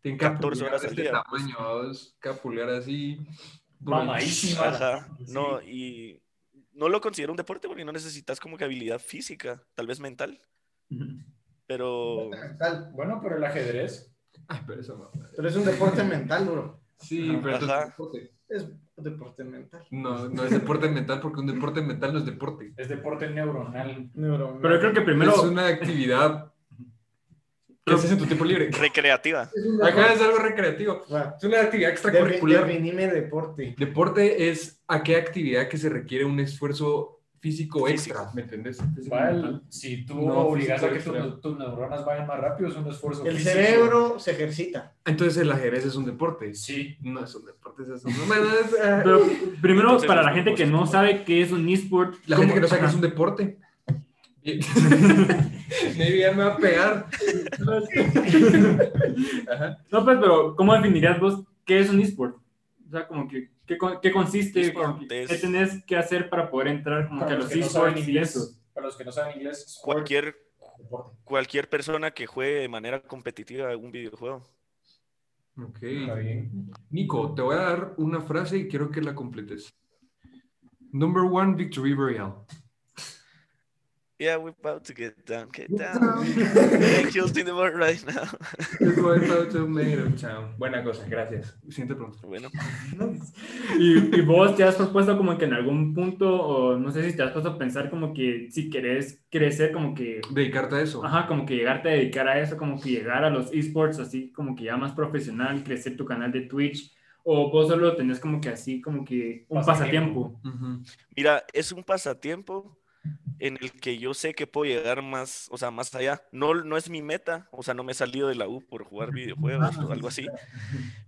Tienen
14 horas al
de
día.
tamaño, vamos, capulear así.
Mamadísima.
Ajá, no, y no lo considero un deporte porque no necesitas como que habilidad física, tal vez mental, pero
Mental.
Bueno, pero el ajedrez.
Ay, pero esa mamada.
Pero es un deporte mental, bro.
Sí, pero esto
Ajá.
es deporte.
Es un deporte mental.
No, no es deporte mental porque un deporte mental no es deporte.
Es deporte neuronal.
Neuro-
Pero yo creo que primero...
es una actividad que haces en tu tiempo libre.
recreativa.
Es un
Acá
deporte.
es algo recreativo.
Va,
Es una actividad
defin-
extracurricular.
Definime deporte.
Deporte es aquella actividad que se requiere un esfuerzo físico extra,
Físico.
¿me entendés?
Va el- si tú
No,
obligas a que
físico,
tus, tus neuronas vayan más rápido, es un esfuerzo.
El
físico.
cerebro se ejercita.
Entonces el ajedrez es un deporte.
Sí.
No es un deporte, es eso. No, bueno, es, eh,
Pero primero,
Entonces,
para
es
la
un
gente que
deporte.
no sabe qué es un esport,
la
¿cómo-
gente que no sabe que es
ajá.
un deporte. Maybe ya me va a pegar. Ajá.
No, pues, pero ¿cómo definirías vos qué es un esport? O sea, como que, ¿qué, con- qué consiste?
Esport
Como que, ¿Qué
es-
tenés que hacer para poder entrar como que
Para
a
los
los
que no saben
esports y eso?
inglés, para los que no saben inglés, sport,
Cualquier,
deporte.
cualquier persona que juegue de manera competitiva algún videojuego.
Está
Ok.
bien.
Nico, te voy a dar una frase y quiero que la completes. Number one, Victory Royale.
Yeah, we're about to get down, get down. Make you see the world right now.
This boy felt so made of town. Buena cosa, gracias. Siguiente pregunta.
Bueno,
Y, y vos te has propuesto como que en algún punto, o no sé si te has puesto a pensar como que si querés crecer, como que,
Dedicarte a eso.
ajá, como que llegarte a dedicar a eso, como que llegar a los esports así como que ya más profesional, crecer tu canal de Twitch, o vos solo tenés como que así, como que un pasatiempo.
Pasatiempo.
Ujú.
Mira, es un pasatiempo en el que yo sé que puedo llegar más, o sea, más allá. No, no es mi meta, o sea, no me he salido de la U por jugar videojuegos o algo así,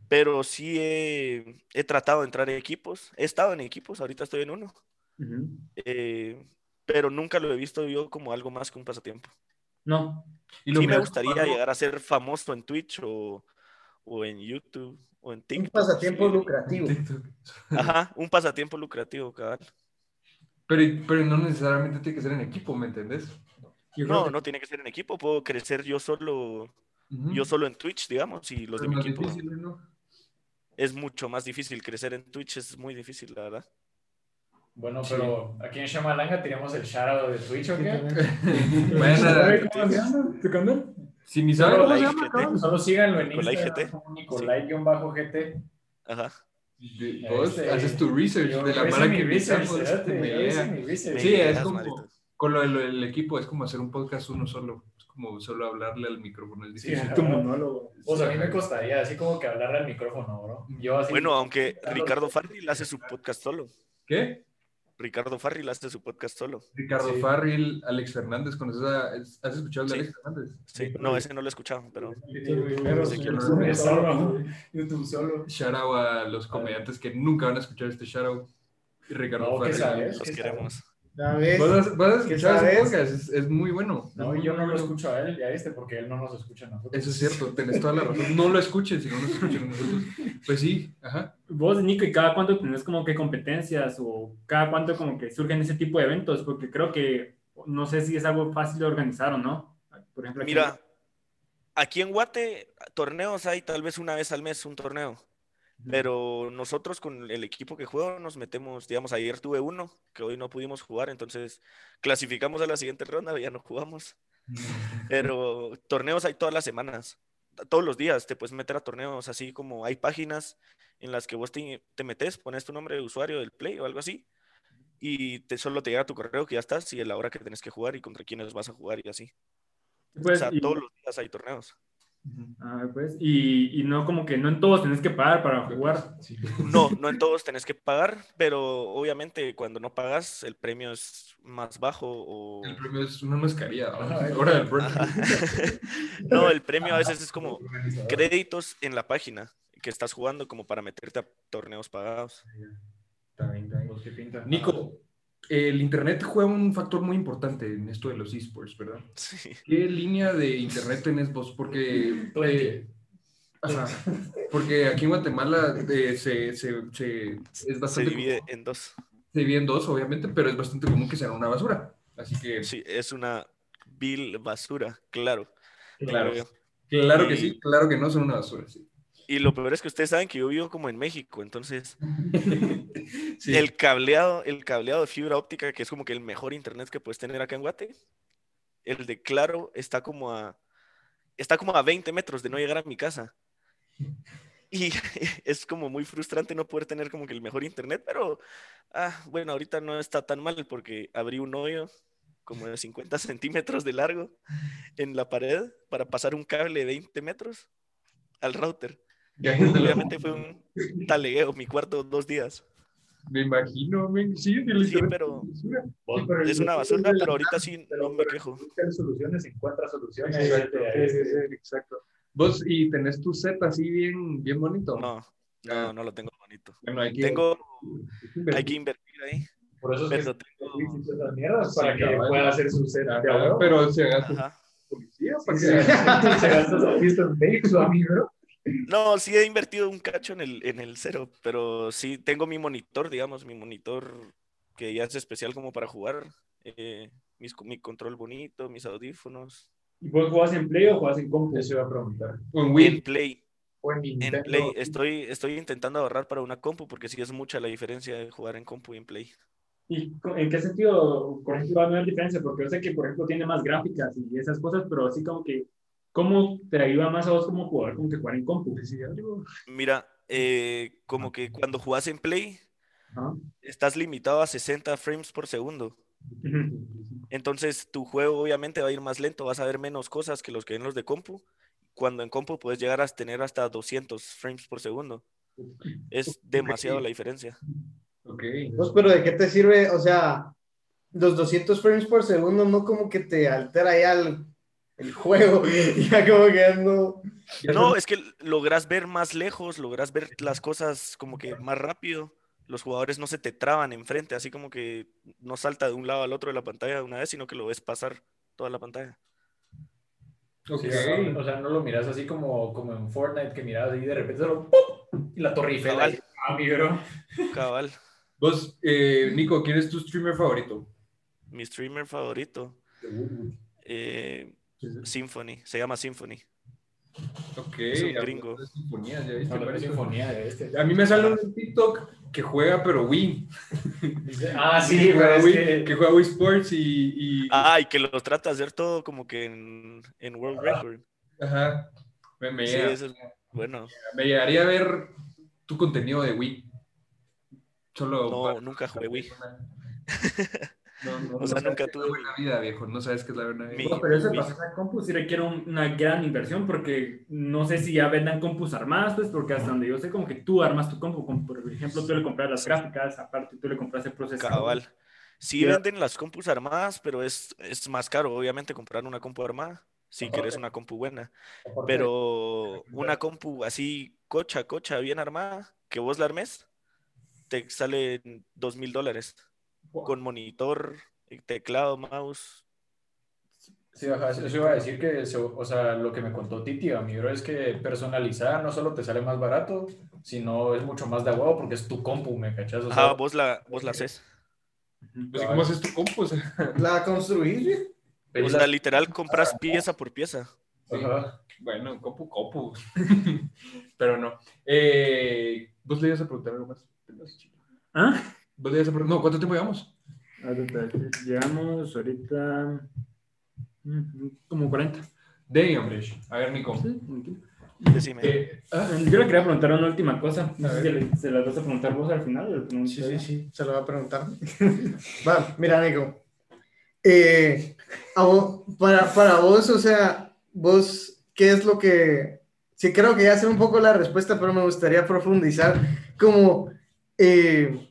pero sí he, he tratado de entrar en equipos. He estado en equipos, ahorita estoy en uno,
Ujú.
eh, pero nunca lo he visto yo como algo más que un pasatiempo.
No.
Y
Sí me
que-
gustaría llegar a ser famoso en Twitch o, o en YouTube o en
Un
TikTok.
pasatiempo
sí.
lucrativo.
TikTok.
Ajá, un pasatiempo lucrativo, cabal.
Pero, pero no necesariamente tiene que ser en equipo, ¿me entendés?
Yo creo
No,
que-
no tiene que ser en equipo, puedo crecer yo solo,
Ujú.
yo solo en Twitch, digamos, y los de
Es
mi
más
equipo.
difícil, ¿no?
Es mucho más difícil crecer en Twitch, es muy difícil, la verdad.
Bueno, pero aquí en Shamalanga tenemos el shoutout de Twitch, ¿o qué?
Vayan a-
¿Sabe cómo se llama tu canal?
Si ni
¿Sabe
saben,
cómo
Nicolai
se llama,
GT.
cabrón? Solo síganlo en
Nicolai
Instagram.
GT.
como Nicolai-GT.
Ajá.
de- vos
Este,
haces tu research
Yo
de la
hice
mara
mi
que
research,
invitamos,
espérate,
me
yo
lea.
hice mi research.
Sí, es
Las
como-
maritas.
Con lo del el equipo es como hacer un podcast uno solo. Es como solo hablarle al micrófono. Es
Sí,
difícil.
ajá.
Tu monólogo.
O sea, Pues, a mí me costaría así como que hablarle al micrófono, bro. Yo así.
Bueno, aunque
Claro.
Ricardo Farril hace su podcast solo.
¿Qué?
Ricardo Farril hace su podcast solo.
Ricardo
Sí.
Farril, Alex Fernández, ¿conoces a- es- ¿has escuchado de
Sí.
Alex Fernández?
Sí, no, ese no lo he escuchado, pero
Pero
Sí,
sí,
quiero
YouTube
saber.
solo. YouTube solo.
Shout out a los comediantes que nunca van a escuchar este shout out. Y Ricardo
No, ¿qué
Farril.
sabes?
los queremos.
Ya ves.
¿Vas a, vas a
¿Qué
escuchar ese
sabes?
podcast? Es, es muy bueno. Es
No,
muy
yo no lo
bueno.
escucho a él, ya viste, porque él no nos escucha a nosotros.
Eso es cierto, tenés toda la razón. No lo escuchen, si no lo escuchan nosotros. Pues sí, ajá.
Vos, Nico, ¿y cada cuánto tenés como que competencias o cada cuánto como que surgen ese tipo de eventos? Porque creo que no sé si es algo fácil de organizar o no. Por ejemplo, aquí-
Mira, aquí en Guate, torneos hay tal vez una vez al mes un torneo. Pero nosotros con el equipo que juego nos metemos, digamos, ayer tuve uno que hoy no pudimos jugar, entonces clasificamos a la siguiente ronda, ya no jugamos. Pero torneos hay todas las semanas, todos los días te puedes meter a torneos, así como hay páginas en las que vos te, te metes, pones tu nombre de usuario del Play o algo así, y te, solo te llega tu correo que ya estás y a la hora que tenés que jugar y contra quiénes vas a jugar y así. O
pues,
sea,
y,
todos los días hay torneos.
Ah, pues, y- y no como que no en todos tenés que pagar para jugar.
Sí.
No, no en todos tenés que pagar, pero obviamente cuando no pagas el premio es más bajo o...
El premio es una mascarilla. ¿no?
Ajá,
Ahora el premio.
No, el premio a veces es como créditos en la página que estás jugando como para meterte a torneos pagados.
También, también.
Pues, ¿qué pinta?
Nico, el internet juega un factor muy importante en esto de los esports, ¿verdad?
Sí.
¿Qué línea de internet tenés vos? Porque. eh, ajá, porque aquí en Guatemala eh, se, se- se- es
Se
bastante.
divide
común-
en dos.
se divide en dos, obviamente, pero es bastante común que sea una basura. Así que,
Sí, es una vil basura, claro.
claro.
Obvio.
Claro que
Y-
sí, claro que no son una basura. Sí.
Y lo peor es que ustedes saben que yo vivo como en México, entonces
Sí.
el cableado, el cableado de fibra óptica, que es como que el mejor internet que puedes tener acá en Guate, el de Claro está como a está como a 20 metros de no llegar a mi casa. Y es como muy frustrante no poder tener como que el mejor internet, pero ah, bueno, ahorita no está tan mal porque abrí un hoyo como de 50 centímetros de largo en la pared para pasar un cable de 20 metros al router.
Ya,
Obviamente fue un talegueo mi cuarto dos días.
Me imagino, men, sí, el
Sí,
internet
pero-
es una basura.
Vos, pero
Es una basura, pero ahorita sí no me quejo.
buscas soluciones, encuentras soluciones.
Exacto,
Ahí está.
exacto. Vos, y tenés tu set así bien, bien bonito.
No, no, no lo tengo bonito.
Bueno, hay que-
Tengo, hay
hay que-
que invertir ahí,
Por eso es que
pero tengo,
existen esas mierdas,
Sí,
para que
cabal.
pueda hacer su cena.
Ajá, pero se gasta
ajá.
policía para que
Se gasta su fiesta en México, amigo.
No, sí he invertido un cacho en el, en el cero, pero sí tengo mi monitor, digamos, mi monitor que ya es especial como para jugar. eh, mis, mi control bonito, mis audífonos.
¿Y vos jugás en Play o jugás en compu?
Eso iba a preguntar.
con
En
Wii.
Play,
O en
en
Nintendo.
Play. eh, Estoy, estoy intentando ahorrar para una compu porque sí es mucha la diferencia de jugar en compu y en Play.
¿Y co- en qué sentido, por ejemplo, va a haber diferencia? Porque yo sé que, por ejemplo, tiene más gráficas y esas cosas, pero así como que, ¿cómo te ayuda más a vos como jugador como que jugar en compu?
Mira, eh, como que cuando jugás en Play,
Ajá.
estás limitado a 60 frames por segundo.
Ujú.
Entonces tu juego obviamente va a ir más lento, vas a ver menos cosas que los que ven los de compu. Cuando en compu puedes llegar a tener hasta 200 frames por segundo. Es demasiado la diferencia.
Ok.
Pues, pero ¿de qué te sirve? O sea, los 200 frames por segundo no como que te altera ya el, el juego. Ya como que ya no.
No, es que logras ver más lejos, logras ver las cosas como que más rápido. Los jugadores no se te traban enfrente, así como que no salta de un lado al otro de la pantalla de una vez, sino que lo ves pasar toda la pantalla.
Ok.
Sí, no, o sea, no lo miras así como, como en Fortnite, que miras y de repente solo ¡pum! y la Torre Eiffel.
Cabal.
ahí. Ah, mi bro.
Cabal.
Vos, eh, Nico, ¿quién es tu streamer favorito?
Mi streamer favorito. eh, Symphony. Se llama Symphony.
Ok.
Es un
hablando
gringo.
de sinfonías, ¿ya viste?
No, la
Parece-
Este, sinfonía de este.
A mí me sale un TikTok que juega, pero Wii.
Dice, ah,
que,
sí,
juega
güey.
Wii
es que-
que juega Wii Sports y. y-
Ah, y que lo trata de hacer todo como que en, en World Record.
Ajá. Me, me
Sí,
llega-
eso es bueno.
me llegaría a ver tu contenido de Wii. Solo.
No,
para-
nunca jugué Wii.
No, no,
O sea,
no sabes
nunca
qué es la
tuve-
buena vida, viejo. No sabes qué es la buena vida.
Mi-
No, pero ese
Uy.
pasar a compu sí requiere un- una gran inversión porque no sé si ya vendan compus armadas, pues porque hasta donde yo sé, como que tú armas tu compu, como por ejemplo tú le compras las gráficas, aparte tú le compras el procesador.
Cabal. Sí
Mira.
venden las compus armadas, pero es, es más caro, obviamente, comprar una compu armada si
Aparte.
querés una compu buena.
aparte,
Pero una compu así, cocha, cocha, bien armada, que vos la armes, te sale dos mil dólares. Con monitor, teclado, mouse.
Sí, ajá, eso eso iba a decir que, se- o sea, lo que me contó Titi, a mi bro, es que personalizar no solo te sale más barato, sino es mucho más de huevo porque es tu compu, ¿me cachas? O sea,
Ajá, vos la, vos la haces.
Pues, ¿y ¿Cómo haces tu compu? O sea,
La construís, güey.
O
pedís
sea,
la-
literal compras pieza por pieza.
ajá.
Bueno, copu, copu. Pero no. Eh, ¿Vos le ibas a preguntar algo más?
¿Ah?
¿Vos le ibas a preguntar? No, ¿cuánto tiempo llevamos?
Ahorita, Llegamos ahorita mm, como 40.
Damn. A ver, Nico.
Sí, aquí.
Decime.
Eh,
Ah, Yo le quería preguntar una última cosa. No
A
sé si le- se las vas a preguntar vos al final. o le pregunto
Sí,
yo.
sí, sí, se lo va a preguntar. Va, mira, Nico. Eh, a vo- para, para vos, o sea, vos, ¿qué es lo que... Sí, creo que ya sé un poco la respuesta, pero me gustaría profundizar como... eh,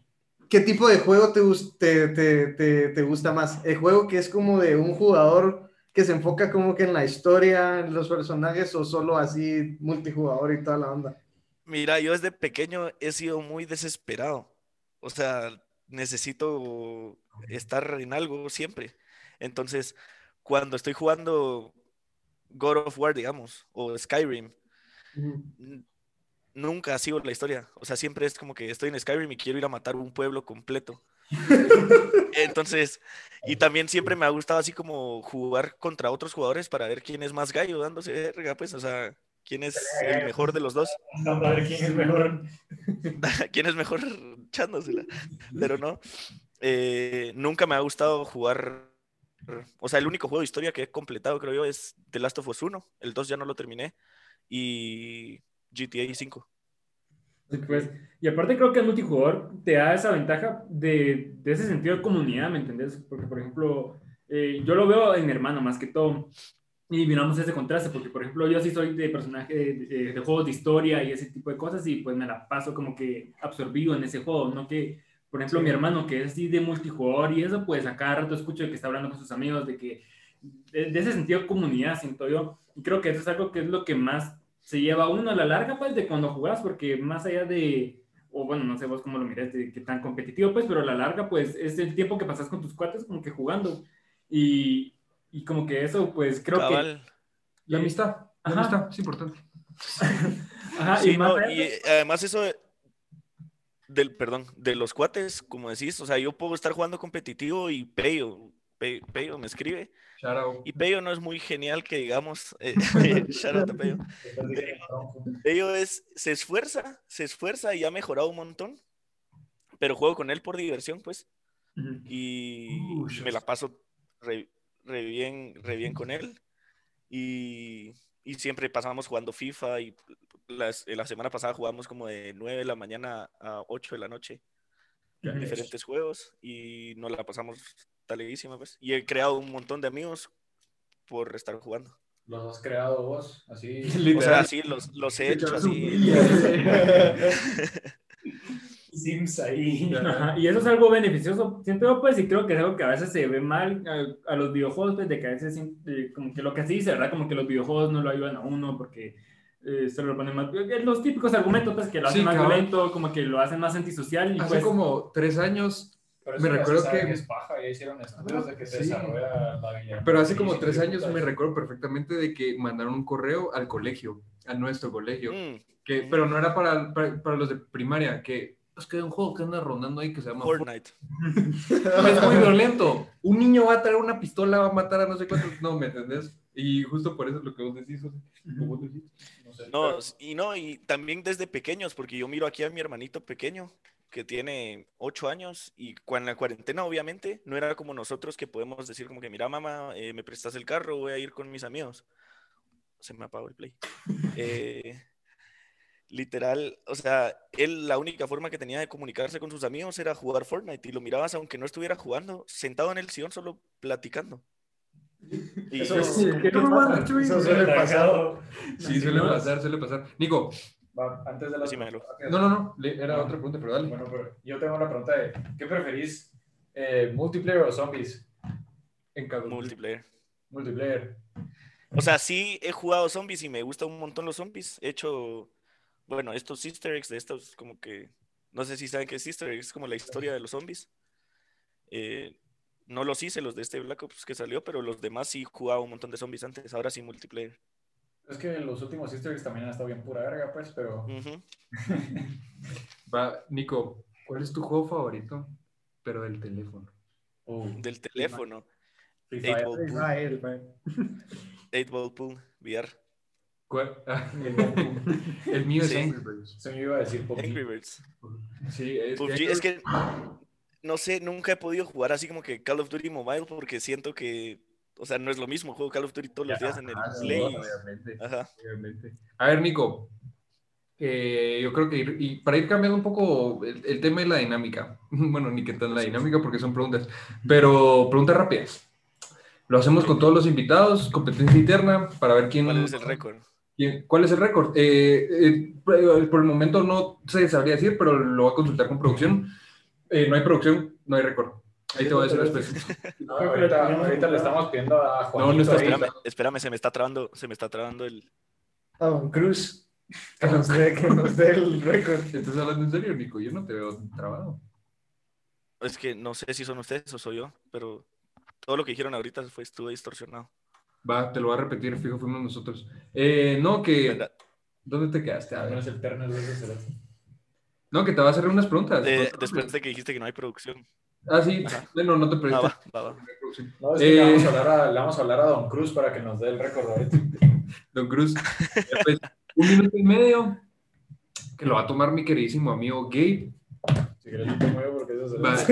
¿Qué tipo de juego te, gus- te, te, te, te gusta más? ¿El juego que es como de un jugador que se enfoca como que en la historia, en los personajes o solo así multijugador y toda la onda?
Mira, yo desde pequeño he sido muy desesperado. O sea, necesito estar en algo siempre. Entonces, cuando estoy jugando God of War, digamos, o Skyrim, n- nunca sigo la historia. O sea, siempre es como que estoy en Skyrim y quiero ir a matar un pueblo completo. Entonces, y también siempre me ha gustado así como jugar contra otros jugadores para ver quién es más gallo dándose verga, pues, o sea, quién es el mejor de los dos.
Vamos a ver quién es mejor.
¿Quién es mejor echándosela? Pero no, eh, nunca me ha gustado jugar. O sea, el único juego de historia que he completado, creo yo, es The Last of Us 1. El 2 ya no lo terminé. Y GTA 5.
Sí, pues. Y aparte creo que el multijugador te da esa ventaja de, de ese sentido de comunidad, ¿me entendés? Porque, por ejemplo, eh, yo lo veo en hermano más que todo. Y miramos ese contraste, porque, por ejemplo, yo sí soy de personaje eh, de, de juegos de historia y ese tipo de cosas, y pues me la paso como que absorbido en ese juego, ¿no? Que, por ejemplo, mi hermano que es así de multijugador y eso, pues a cada rato escucho que está hablando con sus amigos, de que, de, de ese sentido de comunidad, siento yo. Y creo que eso es algo que es lo que más se lleva uno a la larga, pues, de cuando jugás, porque más allá de, o bueno, no sé vos cómo lo miras, de qué tan competitivo, pues, pero a la larga, pues, es el tiempo que pasas con tus cuates como que jugando. Y, y como que eso, pues, creo que...
Cabal.
la amistad. La
Ajá.
amistad es importante.
Ajá,
Sí,
Ah, y más
no,
allá-
y, eh, además eso de- del, perdón, de los cuates, como decís, o sea, yo puedo estar jugando competitivo y Peyo, Pe- Peyo me escribe.
Shout out.
Y Peyo no es muy genial que digamos, eh, shout out a Peyo. Ello es, se esfuerza, se esfuerza y ha mejorado un montón. Pero juego con él por diversión, pues.
Ujú.
Y
Uy,
me la paso re, re bien, re bien con él. Y, y siempre pasamos jugando FIFA. Y las- la semana pasada jugamos como de 9 de la mañana a 8 de la noche.
Ujú.
Diferentes juegos. Y nos la pasamos taleguísima, pues. Y he creado un montón de amigos por estar jugando.
Los has creado vos, así.
O sea,
Literal.
sí, los, los he hecho
Su
así.
familia.
Sims ahí.
Ajá, y eso es algo beneficioso, siento yo, pues, y creo que es algo que a veces se ve mal a, a los videojuegos, pues, de que a veces, eh, como que lo que se dice, ¿verdad? Como que los videojuegos no lo ayudan a uno porque eh, se lo ponen más... eh, Los típicos argumentos, pues, que lo hacen
Sí,
más
cabal.
violento, como que lo hacen más antisocial y
Hace
pues...
como tres años
Pero eso
Me
ya se
recuerdo
sabe
que-
es paja, ya hicieron estudios de que se
sí.
desarrolla la habilidad.
Pero hace
Sí,
como
sí,
tres
sí,
años
putas.
me recuerdo perfectamente de que mandaron un correo al colegio, a nuestro colegio,
Mm,
que, pero no era para, para, para los de primaria, que es que hay un juego que anda rondando ahí que se llama
Fortnite.
Fortnite. Es muy violento. Un niño va a traer una pistola, va a matar a no sé cuántos. No, ¿me entendés? Y justo por eso es lo que vos decís, José. Como vos decís.
No sé.
No, y no, y también desde pequeños, porque yo miro aquí a mi hermanito pequeño, que tiene ocho años, y cuando la cuarentena, obviamente, no era como nosotros que podemos decir como que, mira, mamá, eh, me prestas el carro, voy a ir con mis amigos. Se me apagó el play. Eh, literal, o sea, él la única forma que tenía de comunicarse con sus amigos era jugar Fortnite, y lo mirabas aunque no estuviera jugando, sentado en el sillón solo platicando. Y
Eso
es-
es-
"Ah,
Eso suele pasar.
Sí, suele pasar, suele pasar. Nico,
Va, antes de la...
Decímelo.
no, no, no, le- era otra pregunta, pero dale.
Bueno, pero yo tengo una pregunta de, ¿qué preferís? Eh, ¿Multiplayer o zombies?
En cada uno.
multiplayer.
Multiplayer.
O sea, sí he jugado zombies y me gustan un montón los zombies. He hecho, bueno, estos easter eggs de estos, como que, no sé si saben qué es easter egg, es como la historia de los zombies. Eh, no los hice, los de este Black Ops que salió, pero los demás sí jugaba un montón de zombies antes. Ahora sí multiplayer.
Es que los últimos easter eggs también han estado bien pura verga, pues, pero...
Ujú.
Va, Nico, ¿cuál es tu juego favorito? Pero del teléfono.
Uh,
Del teléfono.
Free
Eight
Fire.
Ball Pool,
Ah, él.
Eight Ball Pool, VR.
¿Cuál? Ah, el, el mío
Sí.
es Angry Birds.
Eso me iba a decir PUBG.
Angry Birds.
Sí, es, Ah,
PUBG, es que, no sé, nunca he podido jugar así como que Call of Duty Mobile porque siento que, o sea, no es lo mismo. Juego Call of Duty todos los días en el
Ah, sí,
Play.
obviamente,
Ajá.
obviamente. A ver, Nico, eh, yo creo que ir- y para ir cambiando un poco el, el tema de la dinámica, bueno, ni que tan la dinámica porque son preguntas, pero preguntas rápidas. Lo hacemos con todos los invitados, competencia interna, para ver quién...
¿Cuál es el récord?
quién- ¿Cuál es el récord? Eh, eh, por el momento no se sabría decir, pero lo voy a consultar con producción. Eh, no hay producción, no hay récord. Ahí te voy a decir después.
No, ahorita, ahorita le estamos pidiendo a Juan.
No, no estás
Espérame, espérame, se me está trabando, se me está trabando el.
A Don Cruz. Que nos dé, que nos dé el récord.
¿Estás hablando en serio, Nico? Yo no te veo trabado.
Es que no sé si son ustedes o soy yo, pero todo lo que dijeron ahorita fue estuvo distorsionado.
Va, te lo voy a repetir, fijo, fuimos nosotros. Eh, no, que.
¿Verdad?
¿Dónde te quedaste? A ver.
alternas de esos cerotes.
No, que te va a hacer unas preguntas.
De- Eh, después de que dijiste que no hay producción.
Ah, sí. Bueno, no te
Ah,
preguntes.
va, va, va.
No, es que le,
Eh.
vamos a hablar a, le vamos a hablar a Don Cruz para que nos dé el récord ahorita.
Don Cruz. Ya, pues, un minuto y medio. Que lo va a tomar mi queridísimo amigo Gabe.
Si querés, lo tomo yo porque eso se
Va. No,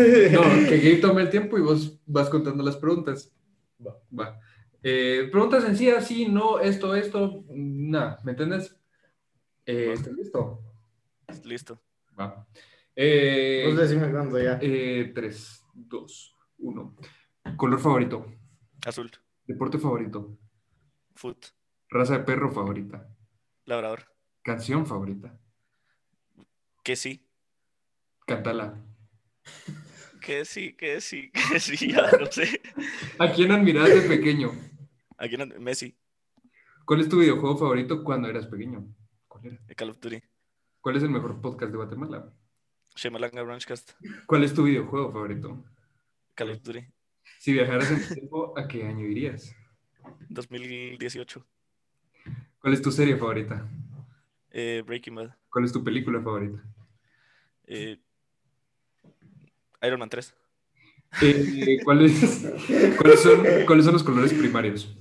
que Gabe tome el tiempo y vos vas contando las preguntas.
Va.
Va. Eh, preguntas sencillas, sí, no, esto, esto, nada, ¿me entiendes? Eh, ¿Estás listo?
Listo.
Va. Eh,
Vos decime cuándo ya.
3, 2, 1. Color favorito,
Azul.
deporte favorito,
Foot.
raza de perro favorita,
Labrador.
canción favorita,
Que sí.
cántala.
Que sí, que sí, que sí. Ya no sé.
¿A quién admiras de pequeño?
Aquí no, Messi.
¿Cuál es tu videojuego favorito cuando eras pequeño? ¿Cuál era?
de eh, Call of Duty.
¿Cuál es el mejor podcast de Guatemala?
Shemalanga Branchcast.
¿Cuál es tu videojuego favorito?
Call of Duty.
Si viajaras en el tiempo, ¿a qué año irías?
2018.
¿Cuál es tu serie favorita?
Eh, Breaking Bad.
¿Cuál es tu película favorita?
Eh, Iron Man 3.
Eh, ¿cuál es- ¿cuáles, son, ¿Cuáles son los colores primarios?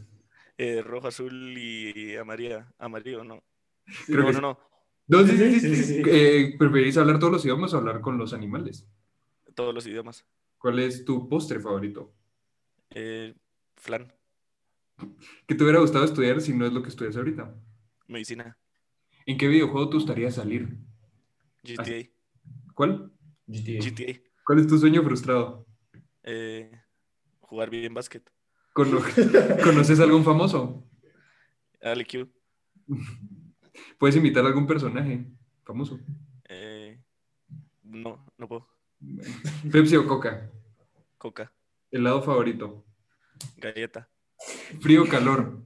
Eh, rojo, azul y amarilla. Amarillo, no.
Creo
no,
que
no, no.
No, sí, sí, sí,
sí,
sí.
sí.
Eh, ¿Preferís hablar todos los idiomas o hablar con los animales?
Todos los idiomas.
¿Cuál es tu postre favorito?
Eh, flan.
¿Qué te hubiera gustado estudiar si no es lo que estudias ahorita?
Medicina.
¿En qué videojuego te gustaría salir? Ah,
GTA.
¿Cuál?
GTA.
GTA.
¿Cuál es tu sueño frustrado?
eh, jugar bien básquet.
Cono- ¿Conoces a algún famoso?
LQ.
¿Puedes invitar a algún personaje famoso?
eh, no, no puedo.
¿Pepsi o Coca?
Coca,
¿Helado favorito?
galleta,
¿Frío o calor?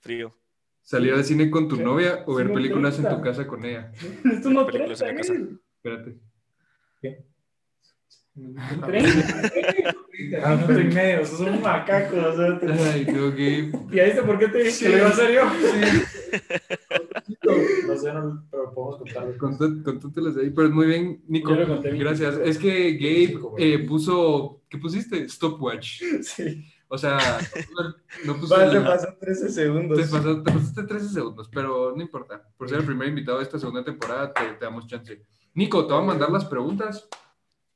frío.
¿Salir al cine con tu novia o ver
Sí, me
películas en tu
gusta.
casa con ella?
Esto no
Películas en la
trata,
casa.
¿eh?
Espérate.
Ah, no, en medio, sos un macaco. o sea, te-
Ay, no, que.
¿Ya
este
viste por qué te dije que lo iba a hacer yo? No sé, no, pero podemos contarlo.
Contó- Contótelas ahí, pero muy bien, Nico.
Yo lo conté bien.
Gracias. Es que Gabe
Cinco,
eh, puso. ¿Qué pusiste? Stopwatch.
Sí.
O sea, no puse.
Va, te
la-
pasó 13 segundos.
Te, pasó- te pasaste 13 segundos, pero no importa. Por ser el primer invitado de esta segunda temporada, te, te damos chance. Nico, te voy a mandar las preguntas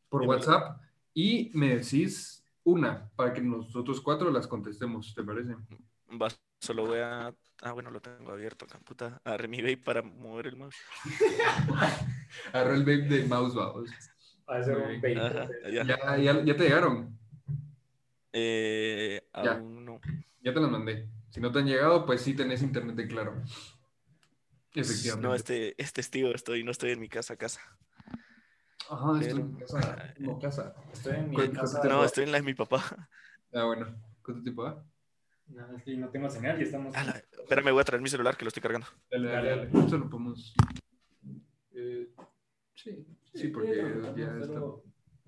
por
Dímelo.
WhatsApp y me decís una para que nosotros cuatro las contestemos, ¿te parece?
Va, solo voy a. Ah, bueno, lo tengo abierto acá, puta. Agarré mi vape para mover el mouse.
Agarró el vape de mouse, vamos.
Va a ser un veinte.
Ajá, ya.
Ya, ya, ya te llegaron,
Eh,
Ya.
aún no.
ya te las mandé. Si no te han llegado, pues sí tenés internet de claro. Efectivamente.
No, este, este es tío, estoy, no estoy en mi casa, casa.
Ajá, esto
pero-
no casa. No casa.
Estoy en mi
¿Cuánto
casa.
te-
No, estoy en la de mi papá.
Ah, bueno. ¿Cuánto tiempo va?
No, es que no tengo señal y estamos.
Ah, la- Espérame, voy a traer mi celular que lo estoy cargando.
Dale, dale,
Dale,
dale. Eso lo podemos. eh, sí, sí, porque ya está.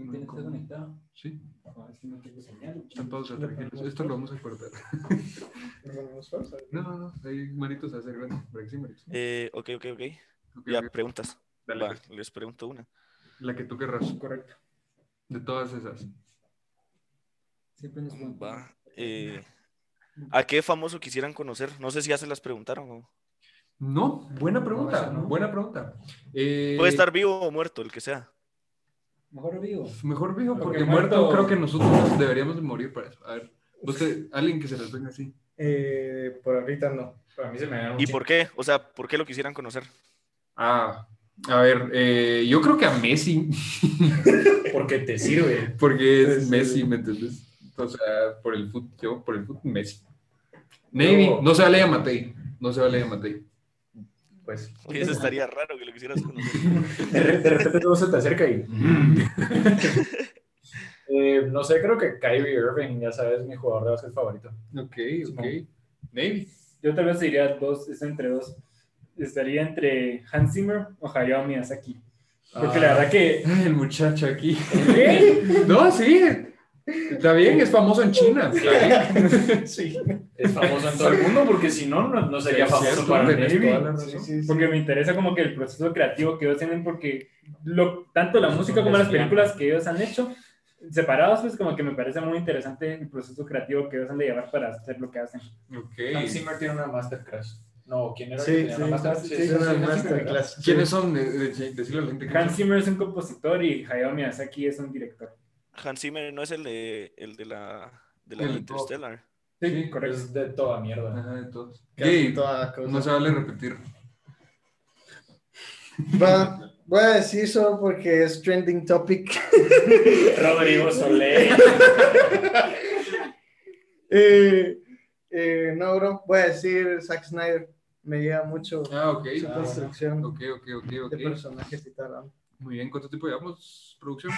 ¿Tienes que estar conectado?
Sí,
No, es que no tengo señal.
están pausa, tranquilos. Esto lo vamos a cortar. No, no, no. Ahí Maritos hace grande. ¿Verdad que sí, Maritos?
Eh, ok, ok, ok.
Ok,
Ya,
ok,
preguntas.
dale,
Va,
pues,
les pregunto una.
La que tú querrás.
Correcto.
De todas esas.
Siempre nos
Va. eh, ¿A qué famoso quisieran conocer? No sé si ya se las preguntaron. o-
No, buena pregunta.
esa no.
Buena pregunta. Eh,
Puede estar vivo o muerto, el que sea.
Mejor vivo.
pues, Mejor vivo,
Porque
porque muerto,
muerto-
creo que nosotros deberíamos de morir para eso. A ver, vos te- alguien que se las venga así.
Eh, por ahorita no.
Para mí se me ganaron.
¿Y por qué? O sea, ¿por qué lo quisieran conocer?
Ah, a ver, eh, yo creo que a Messi.
Porque te sirve.
Porque es
Sí, sí,
Messi,
sí.
¿me entiendes? O sea, por el fútbol, yo por el fútbol, Messi. Navy,
No.
no se vale a Matei. No se vale a Matei.
Pues.
Oye, eso estaría raro que lo quisieras conocer.
De, re- de repente todo se te acerca y. mm. Eh, no sé, creo que Kyrie Irving, ya sabes, mi jugador de básquet favorito.
Ok, ok.
Simón.
Navy.
Yo tal vez diría dos, es entre dos. Estaría entre Hans Zimmer o Hayao Miyazaki. Porque
Ah.
la verdad que.
Ay, el muchacho aquí. No, sí. Está bien, es famoso en China.
Sí.
Es famoso en todo el mundo porque si no, no, no sería
Sí, es
famoso
cierto,
para
tenés toda
Navy.
la
Sí,
razón.
sí, sí.
Porque me interesa como que el proceso creativo que ellos tienen, porque lo, tanto la música como las películas que ellos han hecho, separados, pues como que me parece muy interesante el proceso creativo que ellos han de llevar para hacer lo que hacen.
Hans
Ok.
Zimmer tiene una Masterclass. No, ¿quién era el que
Sí, sí,
tenía una Masterclass?
sí, es una masterclass.
¿Quiénes son? De- de- Decirle a la gente.
Hans Zimmer es un compositor y Hayao Miyazaki es un director.
Hans Zimmer no es el de, el de la, de la
El-
Interstellar.
Sí,
Sí,
correcto.
Es de toda mierda.
Ajá, de todos.
Casi
Gabe,
toda cosa.
no se vale repetir.
Va, voy a decir solo porque es trending topic.
Rodrigo Soler.
Eh, eh, no, bro, voy a decir Zack Snyder. Me llega mucho
Ah, ok.
su
Ah,
construcción
Ok, ok, ok, ok.
de personajes y tal.
Muy bien, ¿cuánto tiempo llevamos, producción?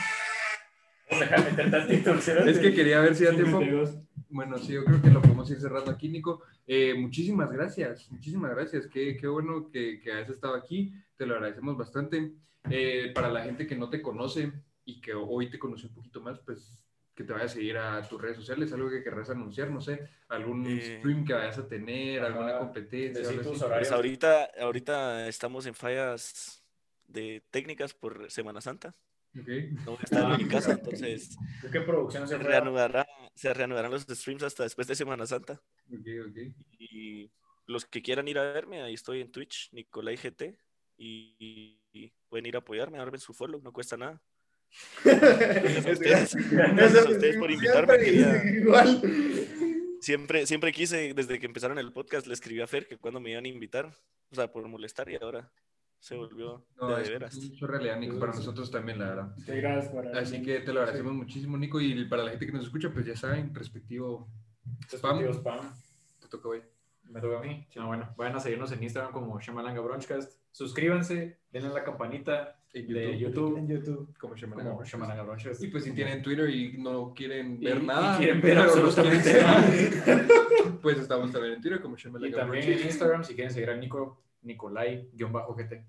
Deja de meter tantas introducciones.
Es que quería ver si da tiempo
52.
Bueno, sí, yo creo que lo podemos ir cerrando aquí, Nico. Eh, muchísimas gracias, muchísimas gracias. Qué, qué bueno que, que has estado aquí, te lo agradecemos bastante. Eh, para la gente que no te conoce y que hoy te conoce un poquito más, pues que te vayas a seguir a tus redes sociales, algo que querrás anunciar, no sé, algún
Eh,
stream que vayas a tener,
ajá,
alguna competencia.
Decí
algo así.
tus
Pues
horarios.
ahorita, ahorita estamos en fallas de técnicas por Semana Santa.
Ah, Ok.
No voy a estar en mi casa, entonces
¿Qué producción
se
se fue?
reanudará, se reanudarán los streams hasta después de Semana Santa.
Ok, ok.
Y los que quieran ir a verme, ahí estoy en Twitch, Nicolai GT, y, y pueden ir a apoyarme, darme su follow, no cuesta nada. Gracias a ustedes, gracias a ustedes por invitarme. quería-
Igual.
siempre, siempre quise, desde que empezaron el podcast, le escribí a Fer que cuando me iban a invitar, o sea, por molestar, y ahora se volvió
No,
de,
es,
veras. Ah,
es realidad, Nico, para nosotros también, la verdad.
Sí, gracias por
Así que te lo agradecemos muchísimo, Nico, y para la gente que nos escucha, pues ya saben, respectivo spam,
Respectivo spam.
te toca hoy.
Me toca a mí. Ah, bueno, vayan a seguirnos en Instagram como Shamalanga Bronchcast. Suscríbanse, denle a la campanita
En
de
En
YouTube
YouTube.
como Shaman
como
Abrams.
Shamalanga Bronchcast.
Y pues si tienen Twitter y no quieren
Y-
ver
y
nada,
quieren ver
pero los
absolutamente
quieren
nada.
seguir, Pues estamos también en Twitter como Shaman
Y
Like a
también
Virgin.
en Instagram, si quieren seguir a Nico, Nicolai-GT.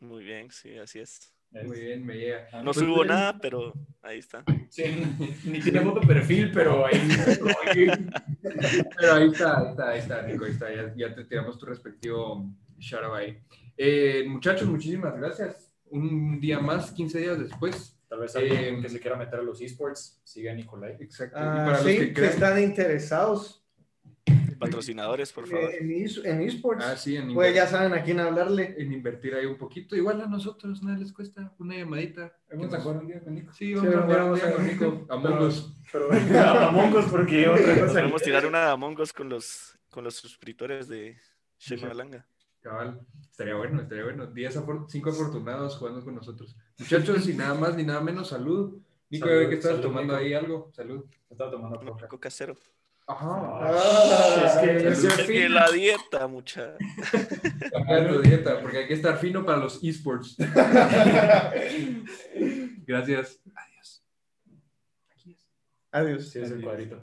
Muy bien, sí, así es.
Muy bien, me llega.
No subo nada, pero ahí está.
Sí, ni tiene foto perfil, pero ahí.
Pero ahí está, ahí está, ahí está, Nico, ahí está. Ya, ya te tiramos tu respectivo shout ahí. Eh, muchachos, muchísimas gracias. Un día más, 15 días después.
Tal vez alguien
Eh,
que se quiera meter a los esports, siga a Nicolai.
Exacto. y
Ah,
para
sí,
los que
si
crean.
están interesados
Patrocinadores, por favor.
eh, en es- en esports,
Ah, sí, en,
pues
inver-
ya saben a quién hablarle.
en invertir ahí un poquito. Igual a nosotros, nada les cuesta. Una llamadita.
¿Vamos a jugar un día con Nico?
Sí, vamos a jugar un día con Nico. Among Us.
Pero,
A mongos porque otra
Nos
cosa.
podemos tirar una de Among Us con los, con los suscriptores de Shemalanga.
Cabal, estaría bueno, estaría bueno. 10 afor- cinco afortunados jugando con nosotros. Muchachos, y nada más ni nada menos, salud. Nico,
Salud,
ya ve que estás
salud,
tomando
Nico.
ahí algo. Salud.
estaba tomando coca.
Coca cero.
Ajá.
Ah,
es
Es que la dieta, mucha.
Cambiar tu dieta, porque hay que estar fino para los esports. Gracias.
Adiós.
Sí, es el cuadrito.